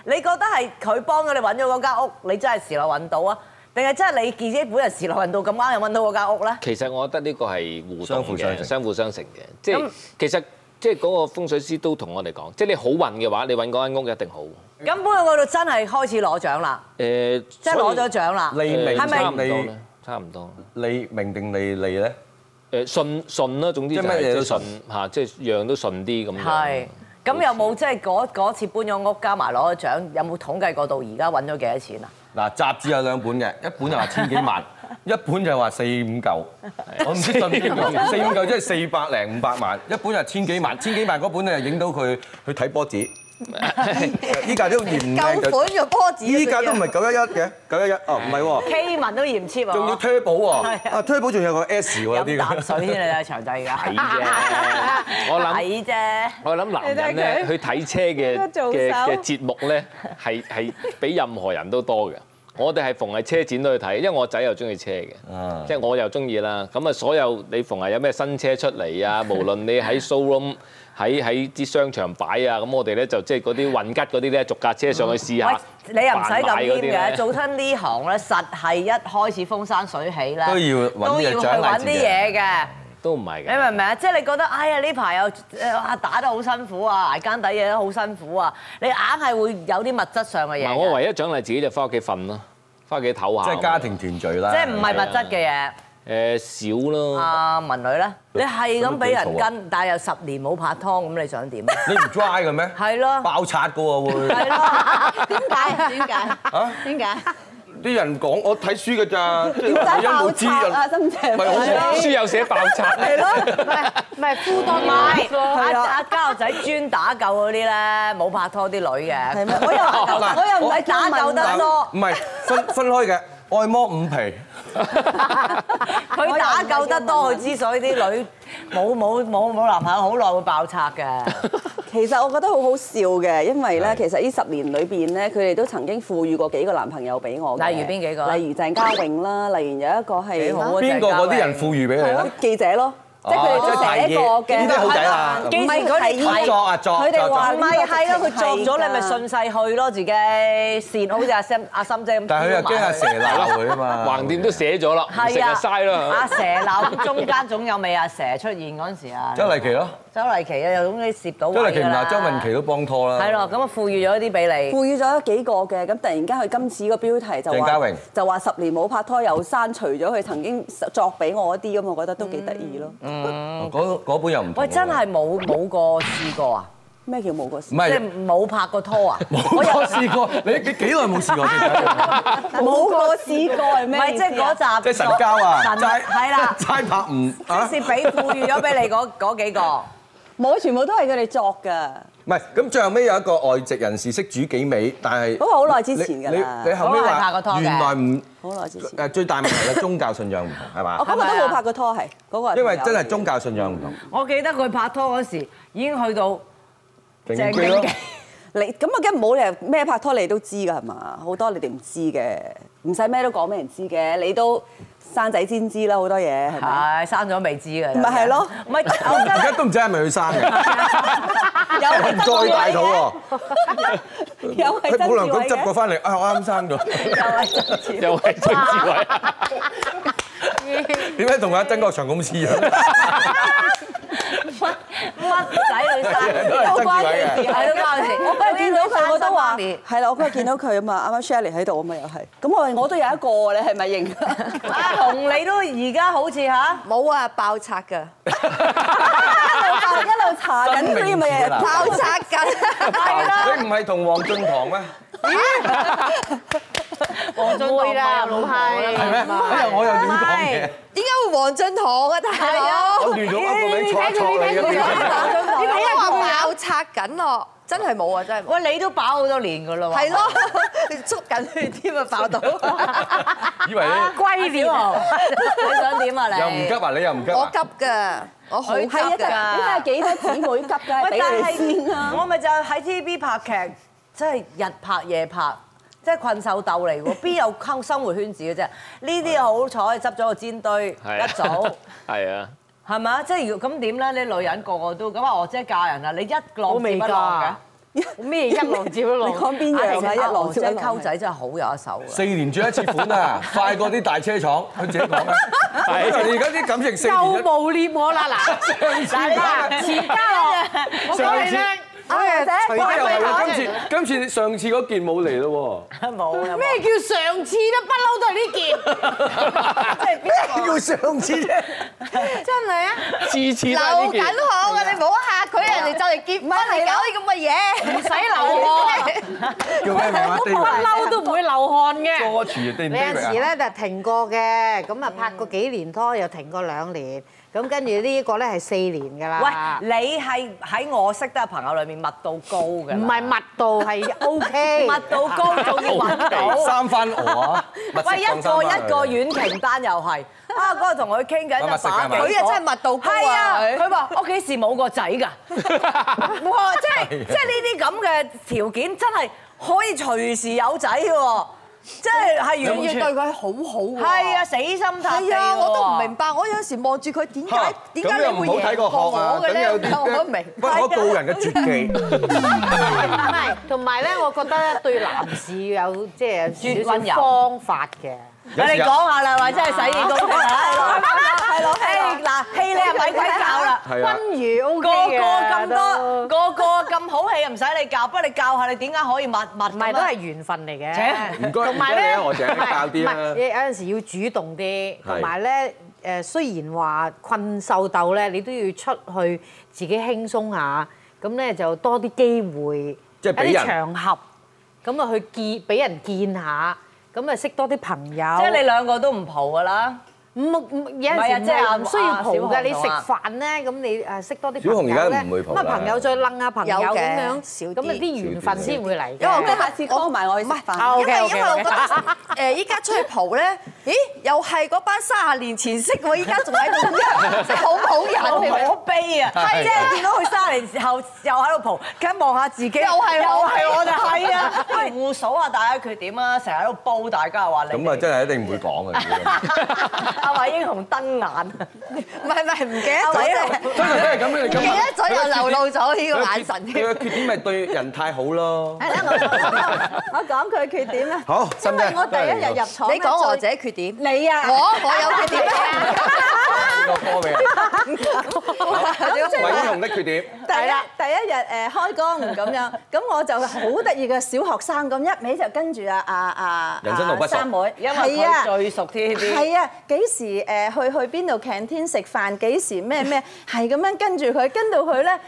Speaker 1: 你覺得係佢幫咗你揾咗嗰間屋，你真係時來揾到啊？定係真係你自己本人時來揾到咁啱又揾到嗰間屋咧？
Speaker 7: 其實我覺得呢個係互
Speaker 2: 相
Speaker 7: 動
Speaker 2: 輔相
Speaker 7: 嘅，
Speaker 2: 成
Speaker 7: 相輔相成嘅。即係
Speaker 1: 咁
Speaker 7: 其實即係嗰個風水師都同我哋講，即係你好運嘅話，你揾嗰間屋一定好。
Speaker 1: 咁
Speaker 7: 誒、
Speaker 1: 搬去嗰度真係開始攞獎啦，即係攞咗獎啦。
Speaker 2: 利明
Speaker 1: 係咪
Speaker 7: 差唔多啦，差唔多。
Speaker 2: 利明定利利咧？
Speaker 7: 誒順順啦，總之
Speaker 2: 即
Speaker 7: 就
Speaker 2: 係乜嘢
Speaker 7: 係
Speaker 2: 都
Speaker 7: 都順嚇，即係樣都順啲咁樣。
Speaker 1: 係。咁有冇即係嗰嗰次搬咗屋加埋攞咗獎，有冇統計過到而家揾咗幾多錢啊？
Speaker 2: 嗱，雜誌有兩本嘅，一本就話千幾 萬，一本就話四五嚿。我唔知信邊個，四五嚿即係四百零五百萬，一本就千幾萬，千幾萬嗰本咧影到佢去睇波子。 依家都嫌唔靚
Speaker 3: 舊
Speaker 2: 就，
Speaker 3: 款嘅波子啊，
Speaker 2: 依家
Speaker 3: 仲要
Speaker 2: 都唔係九一一嘅，九一一哦，唔係喎，
Speaker 1: K 文都嫌切喎，
Speaker 2: 仲要 turbo 喎，啊 turbo 仲有個 S 喎，有
Speaker 1: 飲
Speaker 2: 啲
Speaker 1: 啖
Speaker 2: 咁
Speaker 1: 水先你睇長濟
Speaker 7: 睇
Speaker 1: 㗎，
Speaker 7: 啫，我諗
Speaker 1: 睇啫。
Speaker 7: 我諗男人咧去睇車嘅嘅嘅節目咧，係係比任何人都多嘅。我哋係逢係車展都去睇，因為我仔又中意車嘅，
Speaker 2: 啊
Speaker 7: 即係我又中意啦。咁啊，所有你逢係有咩新車出嚟啊，無論你喺 showroom 喺喺啲商場擺啊，咁我哋咧就即係嗰啲混吉嗰啲咧，逐架車上去試
Speaker 1: 喂
Speaker 7: 下。，
Speaker 1: 你又唔使咁
Speaker 7: 扮買嗰啲
Speaker 1: 謙嘅，
Speaker 7: 咧
Speaker 1: 做親呢行咧，實係一開始風生水起咧，
Speaker 2: 都要揾啲嘢
Speaker 1: 都要去
Speaker 2: 獎勵
Speaker 1: 揾
Speaker 2: 自
Speaker 1: 啲
Speaker 2: 己
Speaker 1: 嘢嘅。
Speaker 7: 都唔係
Speaker 1: 你
Speaker 7: 嘅。
Speaker 1: 明唔明啊？即係你覺得，哎呀呢排又誒啊打得好辛苦啊，捱更抵夜都好辛苦啊，你硬係會有啲物質上嘅
Speaker 7: 唔
Speaker 1: 嘢
Speaker 7: 係，我
Speaker 1: 嘅，
Speaker 7: 唯一獎勵自己就翻屋企瞓咯，翻屋企唞
Speaker 2: 即
Speaker 7: 下。
Speaker 2: 係家庭團聚啦。
Speaker 1: 即係唔係物質嘅
Speaker 7: 誒少
Speaker 1: 嘢。
Speaker 7: 咯，
Speaker 1: 阿文女咧，你係咁俾人
Speaker 2: 咁都幾好
Speaker 1: 跟，但係又十年冇拍拖，咁你想點啊？
Speaker 2: 你唔 dry 嘅咩？
Speaker 1: 係咯
Speaker 2: 爆拆嘅喎會。
Speaker 1: 係咯，
Speaker 9: 點解？點解？點解？
Speaker 2: 啲人講我睇書嘅咋，即係
Speaker 6: 點解
Speaker 2: 女人
Speaker 6: 爆
Speaker 2: 冇知
Speaker 6: 拆啊？
Speaker 2: 人，
Speaker 6: 真正
Speaker 2: 咪好
Speaker 7: 書有寫爆拆。
Speaker 5: 唔係敷多
Speaker 1: 唔係阿阿家仔專打救嗰啲咧，冇拍拖啲女嘅，
Speaker 6: 係咩？我又 我又唔係
Speaker 1: 打救得多，
Speaker 2: 唔係分分開嘅，愛摩五皮。
Speaker 1: 佢打救得多，佢之所以啲女冇冇冇冇男朋友好耐會爆拆 嘅。
Speaker 6: 其實我覺得好好笑嘅，因為咧，其實呢十年裏邊咧，佢哋都曾經賦予過幾個男朋友俾我嘅
Speaker 1: 例如邊幾個
Speaker 6: 例如鄭嘉穎啦，例如有一個
Speaker 1: 幾好啊
Speaker 6: 係
Speaker 2: 邊個嗰啲人賦予俾你
Speaker 6: 係咯
Speaker 2: 咧？
Speaker 6: 記者咯，即係
Speaker 2: Ờ,
Speaker 6: 佢哋
Speaker 2: 哦
Speaker 6: 都寫過
Speaker 2: 即係提議點
Speaker 6: 嘅。
Speaker 2: 解好仔啊
Speaker 6: 唔係
Speaker 1: 咁
Speaker 6: 佢哋
Speaker 2: 作啊作
Speaker 6: 佢哋話
Speaker 1: 唔係係咯，佢作咗你咪
Speaker 6: 信。
Speaker 1: 順勢去咯，自己善好似阿心阿心姐咁。
Speaker 2: 但係佢又驚阿蛇鬧佢啊嘛。
Speaker 7: 橫掂都寫咗啦，唔食
Speaker 1: 係
Speaker 7: 就
Speaker 1: 啊，
Speaker 7: 嘥啦
Speaker 1: 阿。蛇鬧中間總有尾阿蛇出現嗰陣時啊，
Speaker 2: 周麗淇咯，
Speaker 1: 周麗淇啊，又總之攝到
Speaker 2: 周麗淇唔
Speaker 1: 位㗎啦
Speaker 2: 鬧，周文琪都幫拖啦。
Speaker 1: 係咯，咁啊賦予咗啲俾你。
Speaker 6: 賦予咗幾個嘅，咁突然間佢今次個標題就
Speaker 2: 鄭嘉
Speaker 6: 話
Speaker 2: 穎
Speaker 6: 就話十年冇拍拖又刪除咗佢曾經作俾我嗰啲咁，我覺得都幾得意咯。
Speaker 2: 嗰嗰本又唔同喎。
Speaker 1: 喂，真係冇冇過試過啊？
Speaker 6: 咩叫冇個事
Speaker 2: 唔？
Speaker 1: 即
Speaker 2: 係
Speaker 1: 係冇拍過拖啊？
Speaker 2: 冇我試過，你你幾耐冇試過先？
Speaker 6: 冇個試過係
Speaker 1: 唔
Speaker 6: 咩
Speaker 1: 係即
Speaker 6: 意思
Speaker 1: 係
Speaker 6: 啊？
Speaker 1: 嗰集
Speaker 2: 即係神交啊，
Speaker 1: 神
Speaker 2: 齋
Speaker 1: 係啦，
Speaker 2: 齋拍唔啊
Speaker 1: 即？是俾賦予咗俾你嗰嗰幾個。
Speaker 6: 冇，全部都係佢哋作㗎。
Speaker 2: 唔係，咁最後尾有一個外籍人士識煮幾味，但係
Speaker 6: 嗰個好耐之前㗎
Speaker 2: 你
Speaker 6: 啦
Speaker 2: 你你後尾
Speaker 1: 好耐拍過拖
Speaker 2: 話
Speaker 1: 嘅
Speaker 2: 原來唔
Speaker 6: 好耐之
Speaker 2: 誒
Speaker 6: 前
Speaker 2: 最大問題係宗教信仰唔同係
Speaker 6: 我
Speaker 2: 嘛？
Speaker 6: 嗰個都
Speaker 1: 係咪啊
Speaker 6: 冇拍過拖係，嗰個係
Speaker 2: 因為
Speaker 6: 朋友
Speaker 2: 真係
Speaker 6: 嚟
Speaker 2: 宗教信仰唔同。
Speaker 1: 我記得佢拍拖嗰時已經去到
Speaker 2: 正經咯，
Speaker 6: 你咁我梗係冇理由咩拍拖你都知㗎係嘛？好多你哋唔知嘅，唔使咩都講俾人知嘅，你都生仔先知啦好多嘢係咪？
Speaker 1: 係生咗未知嘅，
Speaker 6: 咪係咯，
Speaker 1: 唔係我
Speaker 2: 而家
Speaker 1: 真係
Speaker 2: 都唔知係咪佢生 嘅，
Speaker 6: 有係曾
Speaker 2: 再
Speaker 6: 志
Speaker 2: 大
Speaker 6: 偉
Speaker 2: 肚喎，
Speaker 6: 嘅，有係
Speaker 2: 喺
Speaker 6: 曾
Speaker 2: 保
Speaker 6: 志
Speaker 2: 良
Speaker 6: 偉
Speaker 2: 局執過
Speaker 6: 嘅，
Speaker 2: 翻嚟，啊我啱生咗，
Speaker 7: 又係曾志偉，
Speaker 2: 點解同阿曾國祥咁似樣？
Speaker 1: 乜仔女生，
Speaker 2: 都係曾志偉嘅。
Speaker 1: 係都關事。
Speaker 6: 我嗰日見到佢我都話
Speaker 1: 生生
Speaker 6: 係啦，我嗰日見到佢啊嘛，啱啱 Shelly 喺度啊嘛又係，咁我話我都有一個，你係咪認？
Speaker 1: 媽咪啊，同你都而家好似嚇，
Speaker 3: 冇啊，爆拆㗎，
Speaker 6: 一路查緊
Speaker 2: 真
Speaker 6: 佢
Speaker 2: 名
Speaker 6: 咪
Speaker 2: 字啦
Speaker 3: 爆拆㗎，
Speaker 2: 你唔係同黃俊堂咩？
Speaker 1: 黃俊會啦，老係
Speaker 2: 係咩？哎呀，我又亂講嘢，
Speaker 3: 點解會黃俊堂啊，大佬？
Speaker 2: 我亂咗噏個名，錯一錯你嗰啲。
Speaker 3: 你咪話爆拆緊咯，真係冇啊，真係冇。
Speaker 1: 喂，你都飽好多年㗎啦喎。
Speaker 3: 係咯，你捉緊佢添啊，爆到！
Speaker 2: 以為你
Speaker 1: 龜鳥豪，你想點啊你？
Speaker 2: 又唔急啊？你又唔急
Speaker 3: 我
Speaker 2: 啊？
Speaker 3: 急㗎，我好急
Speaker 1: 佢急㗎
Speaker 3: 㗎。
Speaker 6: 你睇下幾多姊妹急㗎，係
Speaker 1: 喂，
Speaker 6: 俾
Speaker 1: 但
Speaker 6: 佢哋先啦。
Speaker 1: 係我咪就係喺 TVB 拍劇，真係日拍夜拍。即係困獸鬥 嚟喎，邊有溝生活圈子嘅啫？呢啲好彩執咗個煎堆，
Speaker 7: 係啊
Speaker 1: 一早
Speaker 7: 係啊，
Speaker 1: 係咪啊？即係如咁點咧？你女人個個都咁啊！我姐嫁人啦，你一浪接一浪嘅，
Speaker 5: 咩一浪接一浪？
Speaker 6: 你講邊
Speaker 5: À,
Speaker 6: 樣啊？一浪接一
Speaker 1: 真
Speaker 6: 浪
Speaker 1: 溝。仔真係好有一手嘅。
Speaker 2: 四年轉一次款 啊，快過啲大車廠，佢自己講啊。而家啲感情四年一
Speaker 5: 又無獵我啦嗱，嗱嗱，遲家樂，我講你聽，
Speaker 2: 除
Speaker 5: 我
Speaker 2: 咗又係
Speaker 5: 係
Speaker 2: 喎，今次今次上次嗰件冇嚟咯
Speaker 1: 冇啊！
Speaker 5: 咩叫上次咧？不嬲都係呢件，
Speaker 2: 喎，叫上次啫。
Speaker 7: 次次都係呢件。
Speaker 5: 唔使流汗，
Speaker 2: 叫咩名啊？
Speaker 5: 不嬲都唔會流汗嘅。
Speaker 2: 多廚定
Speaker 5: 你有時咧就停過嘅，咁啊拍過幾年拖，又停過兩年，咁跟住呢個咧係四年㗎啦。
Speaker 1: 喂，你係喺我識得嘅朋友裏面密到高嘅，
Speaker 5: 唔係密度係 O K，
Speaker 1: 密到高，仲要揾 到。
Speaker 2: 三番鵝啊！
Speaker 1: 喂，一個一個遠瓊丹又係，啊嗰日同佢傾緊
Speaker 2: 揾物
Speaker 1: 啊
Speaker 2: 食
Speaker 1: 把
Speaker 2: 㗎
Speaker 1: 幾個
Speaker 2: 嘛
Speaker 3: 佢啊真係密到高啊
Speaker 1: 係啊，
Speaker 3: 佢
Speaker 1: 佢話我幾時冇個仔㗎？ 哇！即係即係呢啲咁嘅條件真係可以隨時有仔喎，即係
Speaker 3: 仲
Speaker 1: 係
Speaker 3: 要
Speaker 1: 完
Speaker 3: 對
Speaker 1: 全
Speaker 3: 佢好好喎。
Speaker 1: 係啊死心塌地
Speaker 3: 係啊，
Speaker 1: 喎
Speaker 3: 我都唔明白，我有時望住佢點解點解你會贏過我嘅咧？ 我 唔明。
Speaker 2: 不可告人嘅絕技。
Speaker 5: 唔係，同埋咧，我覺得咧對男士有即係少
Speaker 1: 溫
Speaker 5: 少
Speaker 1: 柔
Speaker 5: 方法嘅。
Speaker 1: 你哋講下啦，或者係洗耳恭聽 啦，係咯，係 嗱，戲你又咪鬼搞啦。
Speaker 2: 係啊，
Speaker 5: 溫如 O
Speaker 1: 個
Speaker 5: K
Speaker 1: 個
Speaker 5: 嘅
Speaker 1: 咁多，
Speaker 5: 都
Speaker 1: 個個咁好戲又唔使你教，不過你教下你點解可以密密
Speaker 5: 唔
Speaker 1: 咁
Speaker 5: 係
Speaker 1: 啊
Speaker 5: 都係緣分嚟嘅，
Speaker 1: 請
Speaker 2: 唔該
Speaker 5: 同埋
Speaker 2: 唔
Speaker 5: 咧
Speaker 2: 該你啊我淨係教啲啦
Speaker 5: 唔係有陣時要主動啲，
Speaker 2: 係
Speaker 5: 同埋咧誒，雖然話困獸鬥咧，你都要出去自己輕鬆下，咁咧就多啲機會，
Speaker 2: 即係俾
Speaker 5: 一啲
Speaker 2: 人
Speaker 5: 場合，咁啊去見俾人見下，咁啊識多啲朋友。
Speaker 1: 即係你兩個都唔蒲噶啦。
Speaker 5: 唔唔有
Speaker 1: 唔係
Speaker 5: 陣
Speaker 1: 啊
Speaker 5: 時
Speaker 1: 即係
Speaker 5: 唔需要蒲
Speaker 1: 啊小
Speaker 5: 㗎，
Speaker 1: 紅
Speaker 5: 你
Speaker 1: 同
Speaker 5: 食
Speaker 1: 啊
Speaker 5: 飯咧，咁你誒識多啲
Speaker 2: 小紅
Speaker 5: 朋友
Speaker 2: 而
Speaker 5: 咧，
Speaker 2: 家唔會蒲
Speaker 5: 咁啊
Speaker 2: 啦
Speaker 5: 朋友再楞下朋友
Speaker 3: 有
Speaker 5: 咁
Speaker 3: 嘅
Speaker 5: 樣，
Speaker 3: 少啲
Speaker 5: 咁啊啲緣分先會嚟
Speaker 3: 因
Speaker 5: 嘅。
Speaker 3: 為我
Speaker 6: 你下次 call 埋我去食飯。
Speaker 5: 啊
Speaker 3: 因為
Speaker 5: OK，OK，OK
Speaker 3: 因為我覺得誒依家出去蒲咧，咦又係嗰班卅年前識我，依家仲喺度，真係好好
Speaker 1: 好
Speaker 3: 人。
Speaker 1: 可悲啊！
Speaker 2: 係
Speaker 1: 即係見到佢三年後又喺度蒲，梗望下自己，又
Speaker 3: 係
Speaker 1: 又
Speaker 3: 我
Speaker 1: 係我就係啊！不如互數下大家缺點啊！成日喺度煲大家話你
Speaker 2: 咁啊真係一定唔會講 嘅。
Speaker 1: 阿華英雄瞪眼，
Speaker 3: 唔係唔係唔記得
Speaker 1: 阿
Speaker 3: 咗
Speaker 1: 華英雄
Speaker 3: 啫，
Speaker 2: 通常都係咁樣，你咁
Speaker 3: 唔記得咗又流露咗呢個眼神添。
Speaker 2: 佢嘅缺點咪對人太好咯。
Speaker 9: 我講佢缺點啊，
Speaker 2: 好，
Speaker 9: 因為我第一日入廠，
Speaker 3: 你講我自己缺點，
Speaker 9: 你啊，
Speaker 3: 我我有缺點咩？
Speaker 2: 個科未啊？
Speaker 9: 係
Speaker 2: 魏英雄的缺點，
Speaker 9: 第一第一日誒開工咁樣，咁我就好得意嘅小學生咁一味就跟住啊啊啊
Speaker 2: 人生路不熟
Speaker 9: 三妹，
Speaker 1: 因為
Speaker 9: 係啊
Speaker 1: 佢最熟 TVB。
Speaker 9: 係啊，幾時誒去去邊度 canteen 食飯？幾時咩咩？係咁樣跟住佢，跟到佢咧，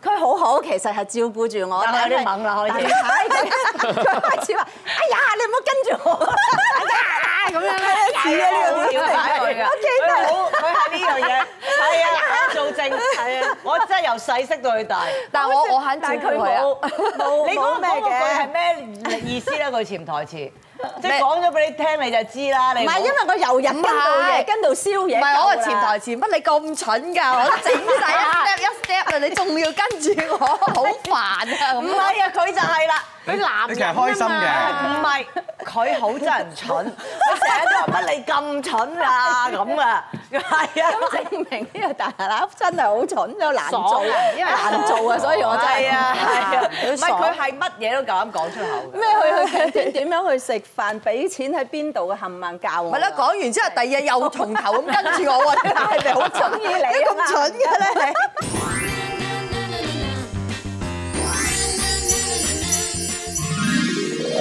Speaker 9: 佢好好，其實係照顧住我。
Speaker 1: 但係有啲
Speaker 9: 係
Speaker 1: 猛啦啊開始
Speaker 9: 但係佢佢開始話：哎呀，你唔好跟住我，哎呀咁樣咧，似啊呢個表
Speaker 1: 了解佢
Speaker 9: 情
Speaker 1: 㗎，
Speaker 9: 我記得
Speaker 1: 佢。好，佢係呢樣嘢，係啊，我做證，係啊，我真係由細識到佢大。
Speaker 3: 但係我我肯照
Speaker 9: 但係
Speaker 3: 顧
Speaker 9: 佢
Speaker 3: 佢啊。
Speaker 9: 冇冇
Speaker 1: 你講
Speaker 9: 冇
Speaker 1: 咩
Speaker 9: 咩
Speaker 1: 嘅？
Speaker 9: 嘅
Speaker 1: 係。咩意思咧？佢潛台詞，即係講咗俾你聽，你就知啦。你
Speaker 9: 唔係，因為我由日跟到夜，跟到宵夜。
Speaker 3: 唔係我話
Speaker 9: 夠啦
Speaker 3: 潛台詞，乜你咁蠢 㗎？我整晒一 step 一 step 啦，你仲要跟住我，好煩啊！
Speaker 1: 唔
Speaker 3: 咁
Speaker 1: 係啊，佢就係啦。
Speaker 2: 你男你其實開心嘅。
Speaker 1: 唔係，佢好真人蠢，佢成日都話乜你咁蠢啊咁啊，係啊，
Speaker 9: 咁證明呢個大喇真係好蠢又難做
Speaker 5: 爽啊，
Speaker 9: 因為難做啊，所以我真係
Speaker 1: 係啊係 啊，
Speaker 9: 佢
Speaker 1: 唔係
Speaker 9: 爽
Speaker 1: 佢係乜嘢都夠膽講出口嘅。
Speaker 9: 咩去去點點樣去食飯，俾錢喺邊度嘅冚唪唥教我。
Speaker 3: 咪啦，講完之後，第二日又從頭咁跟住我喎，係咪好蠢？
Speaker 9: 中意你啊嘛
Speaker 3: 咁蠢嘅咧？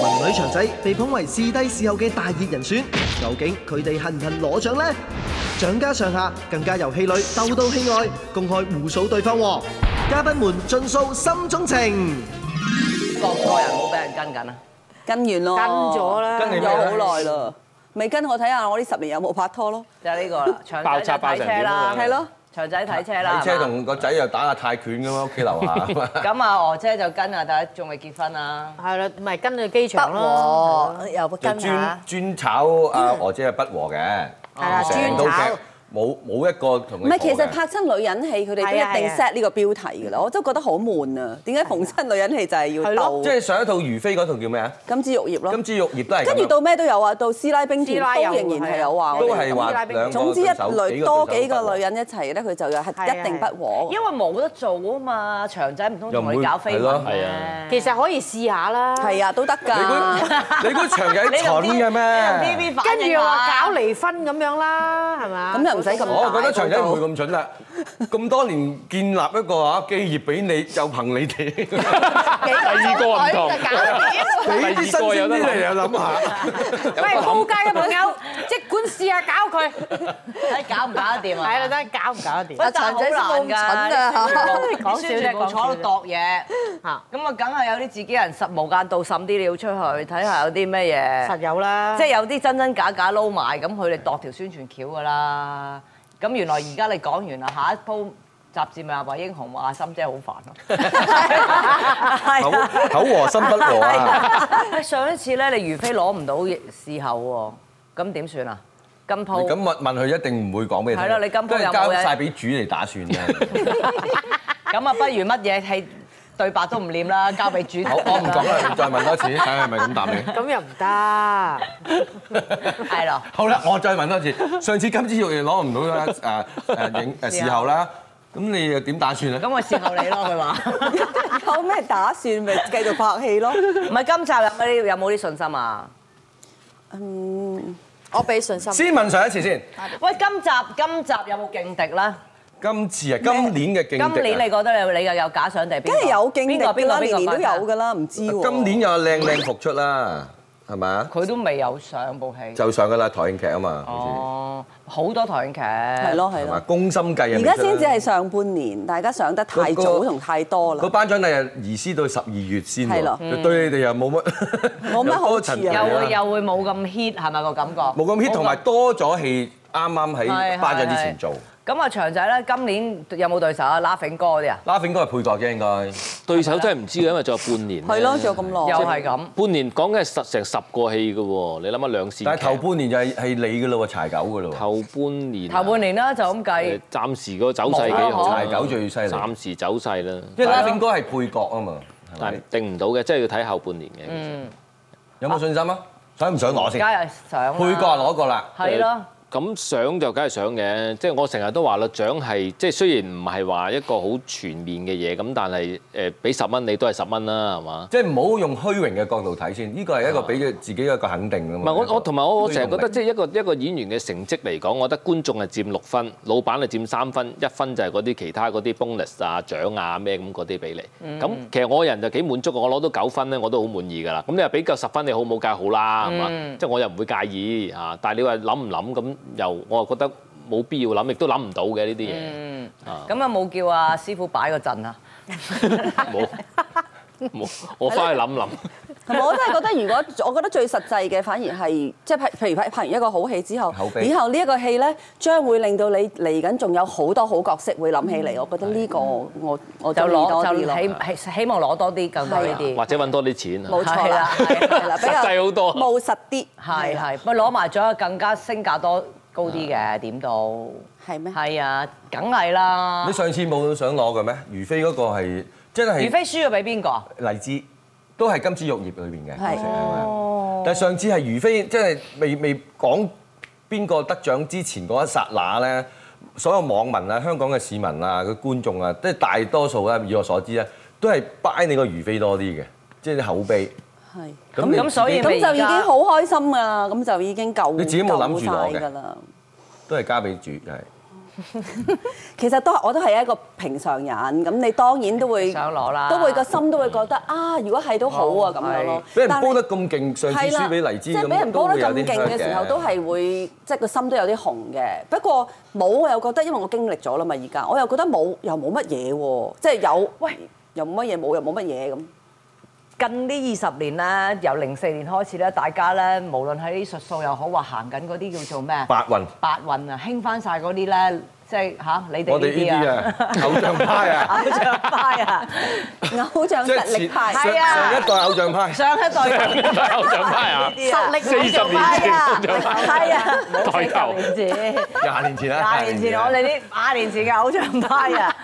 Speaker 4: 文女祥仔被捧為視帝視後嘅大熱人選，究竟佢哋恨唔恨攞獎呢？蔣家上下更加由戲裏鬥到戲外，公開互數對方喎。嘉賓們盡訴心中情。
Speaker 1: 個個人冇俾人跟緊啊！
Speaker 6: 跟完咯，
Speaker 5: 跟咗啦
Speaker 2: 跟你
Speaker 6: 跟
Speaker 2: 咩
Speaker 6: 咗
Speaker 2: 咧
Speaker 6: 好耐啦，未跟我睇下我呢十年有冇拍拖咯，
Speaker 1: 就係呢個啦，長
Speaker 7: 爆
Speaker 1: 仔就
Speaker 7: 炸爆
Speaker 1: 睇
Speaker 7: 成
Speaker 1: 車
Speaker 7: 點
Speaker 1: 啦
Speaker 7: 啊，
Speaker 6: 係咯，
Speaker 1: 長仔睇車啦，
Speaker 2: 睇車
Speaker 1: 係嘛
Speaker 2: 同個仔又打下泰拳咁樣屋企樓下。
Speaker 1: 咁啊，娥姐就跟啊，但係仲未結婚啊。
Speaker 5: 係啦，咪跟去機
Speaker 3: 不
Speaker 5: 場咯，
Speaker 3: 喎，又
Speaker 2: 就
Speaker 3: 跟
Speaker 2: 專
Speaker 3: 下。
Speaker 2: 專炒阿娥姐係不和嘅，
Speaker 5: 係啦，
Speaker 2: 成套
Speaker 5: 專炒
Speaker 2: 劇。冇冇一個同你
Speaker 6: 唔係，其
Speaker 2: 講
Speaker 6: 實
Speaker 2: 嘅
Speaker 6: 拍親女人戲，佢哋都
Speaker 5: 係啊
Speaker 6: 一定
Speaker 5: 係啊
Speaker 6: set 呢個標題㗎啦。我真係覺得好悶啊！點解逢親女人戲就係要
Speaker 5: 係咯
Speaker 2: 即
Speaker 6: 鬥
Speaker 2: 係上一套如妃嗰套叫咩啊？
Speaker 6: 金枝玉葉咯？
Speaker 2: 金枝玉葉都係咁樣
Speaker 6: 跟住到咩都有啊，到師奶兵團
Speaker 5: 師奶有
Speaker 6: 都仍然係有話我
Speaker 2: 都
Speaker 6: 哋。
Speaker 2: 係話兩個
Speaker 6: 總之一
Speaker 2: 對手
Speaker 6: 女多幾個女
Speaker 2: 人
Speaker 6: 人一齊咧，佢就
Speaker 5: 係啊
Speaker 6: 係一定不和。
Speaker 1: 因為冇得做啊嘛，長仔唔通同
Speaker 2: 又唔
Speaker 1: 你
Speaker 2: 會
Speaker 1: 搞緋
Speaker 2: 係咯
Speaker 1: 聞
Speaker 7: 係
Speaker 1: 咩
Speaker 7: 啊？
Speaker 5: 其實可以試下啦。
Speaker 6: 係啊，都得
Speaker 2: 你估
Speaker 6: 㗎。
Speaker 2: 你估長仔
Speaker 1: 你同
Speaker 2: 蠢
Speaker 1: D-
Speaker 2: 嘅
Speaker 1: 你
Speaker 2: 咩？
Speaker 1: 同 DB 反
Speaker 5: 跟住又話搞
Speaker 1: 你
Speaker 5: 離婚咁樣啦，係嘛？
Speaker 6: 咁又唔使咁大
Speaker 2: 我覺得長仔唔會咁蠢啦，咁多年建立一個嚇基業俾你，就憑 你哋
Speaker 7: 第二個唔同，
Speaker 2: 俾啲新鮮啲嚟又諗下。
Speaker 5: 喂，高街嘅朋友，即管試下搞佢，
Speaker 1: 搞唔搞得掂啊？
Speaker 5: 係啦，等搞唔搞 得掂？
Speaker 1: 喂，但係好難㗎，
Speaker 5: 講笑
Speaker 1: 你宣傳
Speaker 5: 啫
Speaker 1: 部
Speaker 5: 講
Speaker 1: 坐
Speaker 5: 笑
Speaker 1: 喺
Speaker 5: 啫
Speaker 1: 度度嘢，
Speaker 5: 嚇
Speaker 1: 咁啊，梗係有啲自己人實無間道滲啲料出去，睇下有啲咩嘢。
Speaker 5: 實有啦，
Speaker 1: 即係有啲真真假假撈埋，咁佢哋度條宣傳橋噶啦。咁原來而家你講完啦，下一鋪雜誌咪話英雄話阿心姐好煩
Speaker 2: 口
Speaker 1: 咯。
Speaker 2: 口和心不和啊！
Speaker 1: 係上一次咧，你如飛攞唔到事後喎，咁點算啊？今
Speaker 2: 你咁
Speaker 1: 鋪
Speaker 2: 問問佢一定唔會講俾你聽。
Speaker 1: 係咯你今鋪
Speaker 2: 跟住
Speaker 1: 有冇
Speaker 2: 交
Speaker 1: 嘢
Speaker 2: 晒俾主嚟打算嘅。
Speaker 1: 咁啊，不如乜嘢戲對白都唔念啦，交俾主。
Speaker 2: 好，我唔講啦，你再問多次，睇下係咪咁答你。
Speaker 5: 咁又唔得。
Speaker 1: 係咯。
Speaker 2: 好啦，我再問多次，上次金枝玉葉攞唔到啦，誒誒 影誒事後啦，咁你又點打算啊咧？
Speaker 1: 咁我伺候你咯，佢話。
Speaker 6: 有咩打算咪繼續拍 戲咯？
Speaker 1: 唔係今集有冇有冇啲信心啊？
Speaker 3: 我俾信心。
Speaker 2: 先問上一次先，
Speaker 1: 喂，今集今集有冇勁敵咧？
Speaker 2: 今次啊，今年嘅
Speaker 1: 今
Speaker 2: 競敵
Speaker 1: 年你
Speaker 2: 啊，
Speaker 1: 覺得你你又有假想敵邊個？
Speaker 6: 梗係有勁
Speaker 1: 邊個邊個
Speaker 6: 敵㗎啦，
Speaker 1: 邊個
Speaker 6: 年年都有
Speaker 1: 覺得
Speaker 6: 㗎啦，唔知喎。
Speaker 2: 今年有靚靚復出啦，係咪啊？
Speaker 1: 佢都未有上部戲。
Speaker 2: 就上㗎啦，台慶劇啊嘛，好
Speaker 1: 哦，好多台慶劇。係
Speaker 6: 係。咯
Speaker 2: 似
Speaker 6: 係
Speaker 2: 係嘛？
Speaker 6: 咯，
Speaker 2: 攻心計啊，
Speaker 6: 而家先至係上半年，大家上得太早同太多
Speaker 2: 個
Speaker 6: 啦。
Speaker 2: 頒獎禮啊日移師到十二月先
Speaker 6: 係咯
Speaker 2: 喎，對你哋又冇乜
Speaker 6: 冇乜好處啊
Speaker 2: 多層
Speaker 1: 又
Speaker 2: 係
Speaker 1: 會又會冇咁 hit 係咪個感覺？
Speaker 2: 冇咁 hit，同埋
Speaker 1: 冇
Speaker 2: 多咗戲，啱啱喺
Speaker 1: 係
Speaker 2: 頒獎之前
Speaker 1: 係
Speaker 2: 做。
Speaker 1: 咁咁啊，長仔咧，今年有冇對手啊？Laughing 哥嗰啲啊，
Speaker 2: 拉菲應該係配角啫，應該。
Speaker 7: 對手真係唔知嘅，因為仲有半年。
Speaker 6: 係咯，仲有咁耐。
Speaker 1: 又係咁。
Speaker 7: 半年講緊係十成十個戲嘅喎，你諗下兩線劇。
Speaker 2: 但係頭半年就係係你噶咯喎，柴狗噶咯喎。
Speaker 7: 頭半年啊。
Speaker 1: 頭半年啦，就咁計
Speaker 7: 誒。暫時個走勢幾好啊
Speaker 2: 冇錯柴狗最犀利
Speaker 7: 暫時走勢啦，
Speaker 2: 因為拉菲應該係配角啊嘛，係
Speaker 7: 但係
Speaker 2: 咪？
Speaker 7: 定唔到嘅，即係要睇後半年嘅。嗯，
Speaker 2: 有冇信心啊？想唔想攞
Speaker 1: 梗
Speaker 2: 先？
Speaker 1: 係想啦
Speaker 2: 配角攞過啦，
Speaker 1: 係咯，
Speaker 7: 咁想就梗係想嘅，即係我成日都話啦，獎係即係雖然唔係話一個好全面嘅嘢，咁但係誒俾十蚊你都係十蚊啦，係嘛？
Speaker 2: 即係唔好用虛榮嘅角度睇先，呢個係一個俾自己一個肯定㗎
Speaker 7: 唔
Speaker 2: 嘛。
Speaker 7: 係我我同埋我我成日覺得即
Speaker 2: 係
Speaker 7: 係一個一個演員嘅成績嚟講，我覺得觀眾係佔六分，老闆係佔三分，一分就係嗰啲其他嗰啲 bonus 啊、獎啊咩咁嗰啲俾你。咁其實我個人就幾滿足嘅，我攞到九分咧，我都好滿意㗎啦。咁你話俾夠十分你好冇梗係好啦，係嘛？即係我又唔會介意嚇，但係你話諗唔諗咁又我又覺得冇必要諗，亦都諗唔到嘅呢啲嘢
Speaker 1: 咁啊冇叫阿師傅擺個陣啊。
Speaker 7: 冇。冇，我翻去諗諗，
Speaker 6: 同埋我真係覺得，如果我覺得最實際嘅，反而係即係譬如拍拍完一個好戲之後
Speaker 2: 口，碑
Speaker 6: 以後呢一個戲咧，將會令到你嚟緊仲有好多好角色會諗起嚟。我覺得呢個我我
Speaker 1: 嗯就
Speaker 6: 中意多
Speaker 1: 攞
Speaker 6: 啲
Speaker 1: 就
Speaker 6: 咯。
Speaker 1: 希希希望攞多啲更多呢啲，
Speaker 7: 或者揾多啲錢啊
Speaker 6: 冇錯啦，
Speaker 1: 係啦
Speaker 6: 係啦，比
Speaker 7: 實際
Speaker 6: 較
Speaker 7: 好多
Speaker 6: 務實啲，
Speaker 1: 係係，咪攞埋獎更加升價多高啲嘅點到，
Speaker 6: 係咩？
Speaker 1: 係啊，梗係啦
Speaker 2: 你。上次冇想攞嘅咩？如飛嗰個係真係
Speaker 1: 如飛輸咗俾邊個啊？
Speaker 2: 荔枝，都係金枝玉葉裏邊嘅角色
Speaker 6: 係
Speaker 2: 係咪啊？但係上次係如飛，即係未未講邊個得獎之前嗰一剎那咧，所有網民啊、香港嘅市民啊、嘅觀眾啊，即係大多數啦，以我所知咧，都係 buy 你個如飛多啲嘅，即係啲口碑。
Speaker 6: 係。
Speaker 1: 咁
Speaker 2: 你
Speaker 1: 咁所以
Speaker 2: 自己
Speaker 6: 咁就已經好開心㗎啦，咁就已經夠
Speaker 2: 你自己冇諗住攞嘅
Speaker 6: 夠晒㗎啦。
Speaker 2: 都係交俾主係。
Speaker 6: 其實都係我都係一個平常人，咁你當然都會
Speaker 1: 想攞啦
Speaker 6: 都會個心都會覺得啊，如果係都好
Speaker 1: 哦
Speaker 6: 啊咁樣咯。
Speaker 2: 俾人
Speaker 6: 但係
Speaker 2: 煲得咁勁，上次輸俾黎姿
Speaker 6: 即係俾
Speaker 2: 咁，
Speaker 6: 人
Speaker 2: 都
Speaker 6: 煲得
Speaker 2: 會有
Speaker 6: 咁
Speaker 2: 啲
Speaker 6: 勁嘅時候，都係會即係個心都有啲紅嘅。不過冇，我又覺得因為我經歷咗啦嘛，而家我又覺得冇又冇乜嘢喎，即係有喂又冇乜嘢，冇又冇乜嘢咁。
Speaker 1: 近呢二十年咧，由零四年開始咧，大家咧無論喺啲術數又好，話行緊嗰啲叫做咩
Speaker 2: 白雲。
Speaker 1: 白運啊，興翻晒嗰啲咧即係吓你哋
Speaker 2: 我
Speaker 1: 呢
Speaker 2: 哋
Speaker 1: 啲 啊，
Speaker 2: 呢啲啊，偶像派啊，
Speaker 1: 偶像派啊，
Speaker 6: 偶像
Speaker 2: 即係
Speaker 6: 實力
Speaker 2: 前
Speaker 6: 派。
Speaker 2: 上
Speaker 1: 係啊
Speaker 2: 上一代偶像派，
Speaker 1: 上一代呢
Speaker 7: 偶像派啊，
Speaker 1: 啲啊，
Speaker 5: 力
Speaker 7: 四十年
Speaker 1: 係
Speaker 7: 前
Speaker 1: 啊，
Speaker 7: 就
Speaker 1: 係啊，
Speaker 7: 抬 頭
Speaker 1: 唔好四十年前。
Speaker 2: 廿年前啦，
Speaker 1: 廿年前我哋啲廿年前嘅偶像派 啊，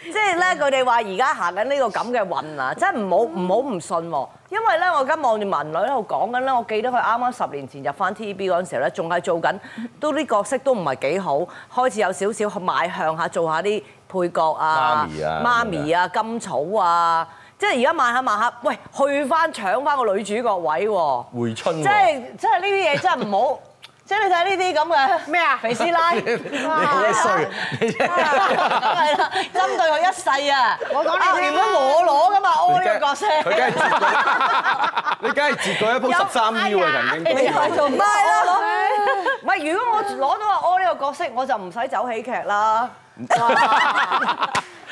Speaker 1: 即係咧佢哋話而家行緊呢個咁嘅運啊，真係唔好唔好唔信喎。因為咧，我而家望住文女喺度講緊咧，我記得佢啱啱十年前入翻 TVB 嗰陣時候咧，仲係做緊，都啲角色都唔係幾好，開始有少少邁向下做下啲配角啊、
Speaker 2: 媽咪啊
Speaker 1: 媽咪啊、甘草啊，即係而家慢下慢下，喂，去翻搶翻個女主角位喎。
Speaker 2: 回春
Speaker 1: 即
Speaker 2: 喎，
Speaker 1: 係即係呢啲嘢真係唔好， 即係你睇呢啲咁嘅咩啊肥師奶，
Speaker 2: 你好鬼衰，你真係
Speaker 1: 係啦，針對佢一世啊！我講你原本裸裸噶嘛，
Speaker 2: 佢
Speaker 1: 屙
Speaker 2: 梗
Speaker 1: 呢 個角色，
Speaker 2: 佢梗係截過，你梗係截過一鋪十三腰啊！曾經，
Speaker 1: 唔係啦，唔係如果我攞到阿屙呢個角色，我就唔使走喜劇啦。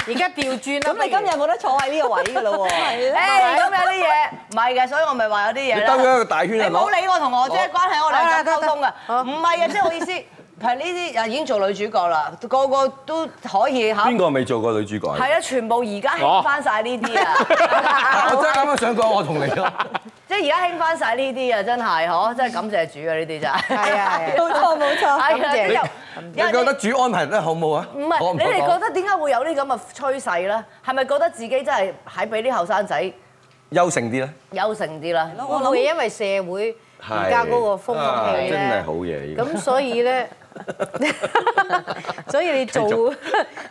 Speaker 5: 而家調轉啦，
Speaker 6: 咁你今日冇得坐喺呢個位㗎啦喎。係
Speaker 1: 誒咁有啲嘢唔係嘅，所以我咪話有啲
Speaker 2: 你
Speaker 1: 嘢
Speaker 2: 兜咗
Speaker 1: 啦。
Speaker 2: 一個大圈
Speaker 1: 你
Speaker 2: 啊！
Speaker 1: 唔好
Speaker 2: 攞
Speaker 1: 理我同我姐關係，我哋就溝通噶
Speaker 5: 哦好。
Speaker 1: 唔係啊嘅，即係我意 思係呢啲啊已經做女主角啦，個個都可以嚇。
Speaker 2: 邊個未做過女主角啊？
Speaker 1: 係啊，全部而家興翻晒呢啲
Speaker 2: 啊 我
Speaker 1: 啊！
Speaker 2: 真係啱啱想講我同你啦，
Speaker 1: 即係而家興翻晒呢啲啊，真係嗬，真係感謝主啊！呢啲就係
Speaker 5: 係啊係啊
Speaker 1: 冇錯冇錯，係啊，
Speaker 5: 謝
Speaker 2: 你
Speaker 1: 因為
Speaker 2: 覺得主安排得好唔好啊？
Speaker 1: 唔
Speaker 2: 我
Speaker 1: 係
Speaker 2: 唔
Speaker 1: 你哋
Speaker 2: 講
Speaker 1: 覺得點解會有啲咁嘅趨勢咧？係咪覺得自己真係喺俾啲後生仔
Speaker 2: 優勝啲咧？
Speaker 1: 優勝啲啦？
Speaker 5: 我諗因為社會而家嗰個風
Speaker 2: 啊
Speaker 5: 氣咧，
Speaker 2: 真係好嘢呢個
Speaker 5: 咁所以咧， 所以你做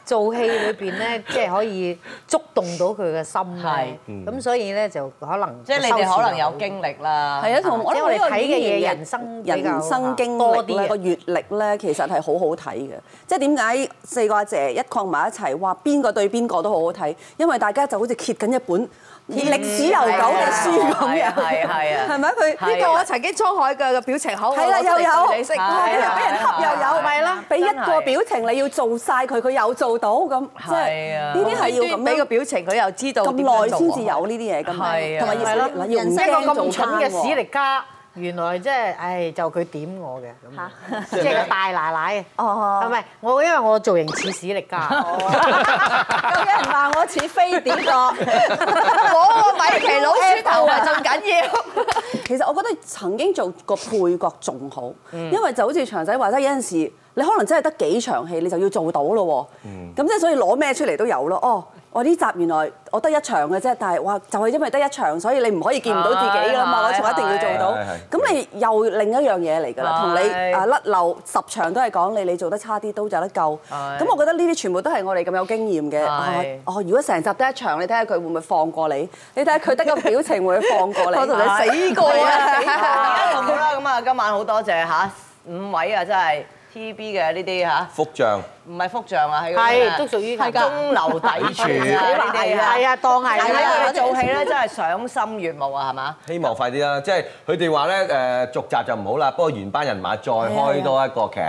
Speaker 5: 做戲裏邊咧，即係可以觸動到佢嘅心
Speaker 1: 係
Speaker 5: 咧。咁所以咧就可能
Speaker 1: 即係你
Speaker 5: 收視
Speaker 1: 哋可能
Speaker 5: 率
Speaker 1: 有
Speaker 5: 好
Speaker 1: 經歷啦，
Speaker 6: 啊，同我
Speaker 5: 即係
Speaker 6: 諗
Speaker 5: 我哋
Speaker 6: 呢個
Speaker 5: 睇嘅
Speaker 6: 演
Speaker 5: 嘢
Speaker 6: 員
Speaker 5: 人生比較
Speaker 6: 人生經
Speaker 5: 多
Speaker 6: 歷
Speaker 5: 啲嘅
Speaker 6: 咧，個閲歷咧，其實係好好睇嘅。即係點解四個阿姐一擴埋一齊，哇！邊個對邊個都好好睇，因為大家就好似揭啊緊一本歷史悠久嘅書咁
Speaker 1: 係啊
Speaker 6: 樣，
Speaker 1: 係啊係啊
Speaker 6: 係咪
Speaker 1: 係
Speaker 6: 佢
Speaker 1: 啊
Speaker 6: 呢個我
Speaker 5: 曾經滄海嘅表情口
Speaker 6: 係啦，又有
Speaker 1: 你識
Speaker 6: 哇！
Speaker 1: 係
Speaker 6: 俾人
Speaker 1: 啊
Speaker 6: 俾人
Speaker 1: 係
Speaker 6: 恰
Speaker 1: 啊
Speaker 6: 又有，
Speaker 1: 係啦
Speaker 6: 俾一
Speaker 1: 真係
Speaker 6: 個表情你要做晒佢，佢有做到咁，即
Speaker 1: 係
Speaker 6: 係
Speaker 1: 啊
Speaker 6: 呢啲係要咁
Speaker 5: 俾個
Speaker 6: 樣
Speaker 5: 表情，佢又知道
Speaker 6: 咁
Speaker 5: 點樣
Speaker 6: 耐
Speaker 5: 做
Speaker 6: 先至有呢啲嘢㗎嘛，
Speaker 1: 係啊
Speaker 6: 同埋
Speaker 5: 係
Speaker 6: 要
Speaker 5: 咯
Speaker 6: 要唔
Speaker 5: 一個
Speaker 6: 驚做
Speaker 5: 咁蠢嘅
Speaker 6: 奸喎
Speaker 5: 史力加，原來即係，唉，就佢點我嘅咁，即係個大奶奶。哦，係咪？我因為我造型似史力加，
Speaker 1: 哦
Speaker 6: 有人話我似飛碟個，
Speaker 5: 我個米奇老鼠頭啊，仲緊要。
Speaker 6: 其實我覺得曾經做個配角仲好，
Speaker 2: 嗯
Speaker 6: 因為就好似長仔話齋，有陣時你可能真係得幾場戲，你就要做到咯
Speaker 2: 嗯
Speaker 6: 喎。咁即係所以攞咩出嚟都有咯。哦，我呢集原來我得一場嘅啫，但係哇，就係因為得一場，所以你唔可以見唔到自己㗎啦嘛，
Speaker 1: 係
Speaker 6: 我仲一定要做到
Speaker 2: 啊係係。
Speaker 6: 咁你又另一樣嘢嚟㗎啦，同你
Speaker 1: 係
Speaker 6: 啊甩漏十場都係講你你做得差啲都有得救。
Speaker 1: 係
Speaker 6: 咁我覺得呢啲全部都係我哋咁有經驗嘅。啊
Speaker 1: 係
Speaker 6: 哦，如果成集得一場，你睇下佢會唔會放過你？你睇下佢得個表情會唔會放過啊你？我 同
Speaker 1: 你啊 死過啊！而家仲好啦，咁啊，今晚好多謝嚇五位啊，真係 TVB 嘅呢啲嚇，
Speaker 2: 腹脹，
Speaker 1: 唔係腹像啊，係嗰啲啊
Speaker 5: 係都屬於
Speaker 1: 中流 砥柱啊，呢啲啊
Speaker 5: 係。啊，當係
Speaker 1: 係
Speaker 5: 啦。
Speaker 1: 啊，做戲咧真係賞心悅目啊，係嘛？
Speaker 2: 希望快啲啦。即係佢哋話咧誒，續集就唔好啦，不過原班人馬再開多一個劇，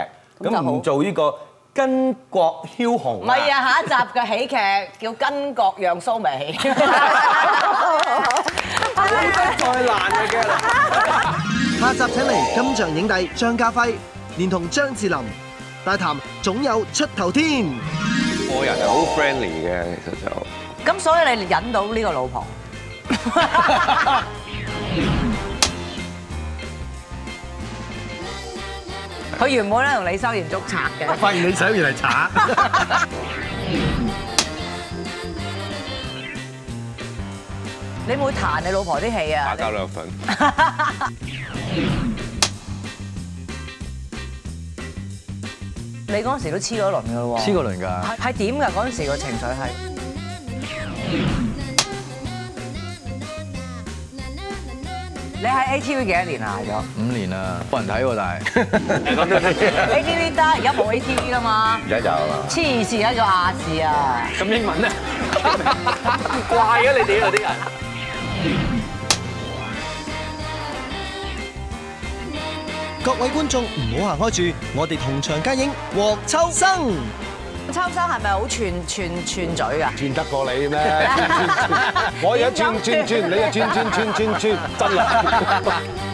Speaker 6: 就
Speaker 2: 咁
Speaker 6: 好
Speaker 2: 唔做呢個巾帼梟雄。
Speaker 1: 唔係，啊，下一集嘅喜劇叫《巾帼讓鬚眉》。
Speaker 2: 再難嘅劇啦。
Speaker 4: 下集請嚟金像影帝張家輝，連同張智霖，大談總有出頭天。
Speaker 10: 個人係好 friendly 嘅，其實就。
Speaker 1: 咁所以你引到呢個 老婆，佢原本咧同李修賢捉賊嘅。
Speaker 2: 發現你手原嚟查。
Speaker 1: 你會彈你老婆啲戲啊
Speaker 10: 打？交兩份。
Speaker 1: 你嗰陣時都黐咗一輪嘅喎。
Speaker 11: 黐過輪㗎。
Speaker 1: 係係點㗎？嗰陣時個情緒係你喺 ATV 幾多年啊？咗
Speaker 11: 五年啦，冇人睇喎， 但係
Speaker 1: ATV 得，而家冇 ATV 啦嘛。
Speaker 2: 而家啊就係嘛？
Speaker 1: 黐線喺做亞視啊！
Speaker 7: 咁英文咧，怪嘅你哋有啲人。
Speaker 4: 各位觀眾唔好行開住，我哋同場加映黃秋生。
Speaker 1: 秋生係咪好串串串嘴啊㗎？
Speaker 10: 轉得過你咩？我而家轉轉轉，你又轉轉轉轉轉，真係。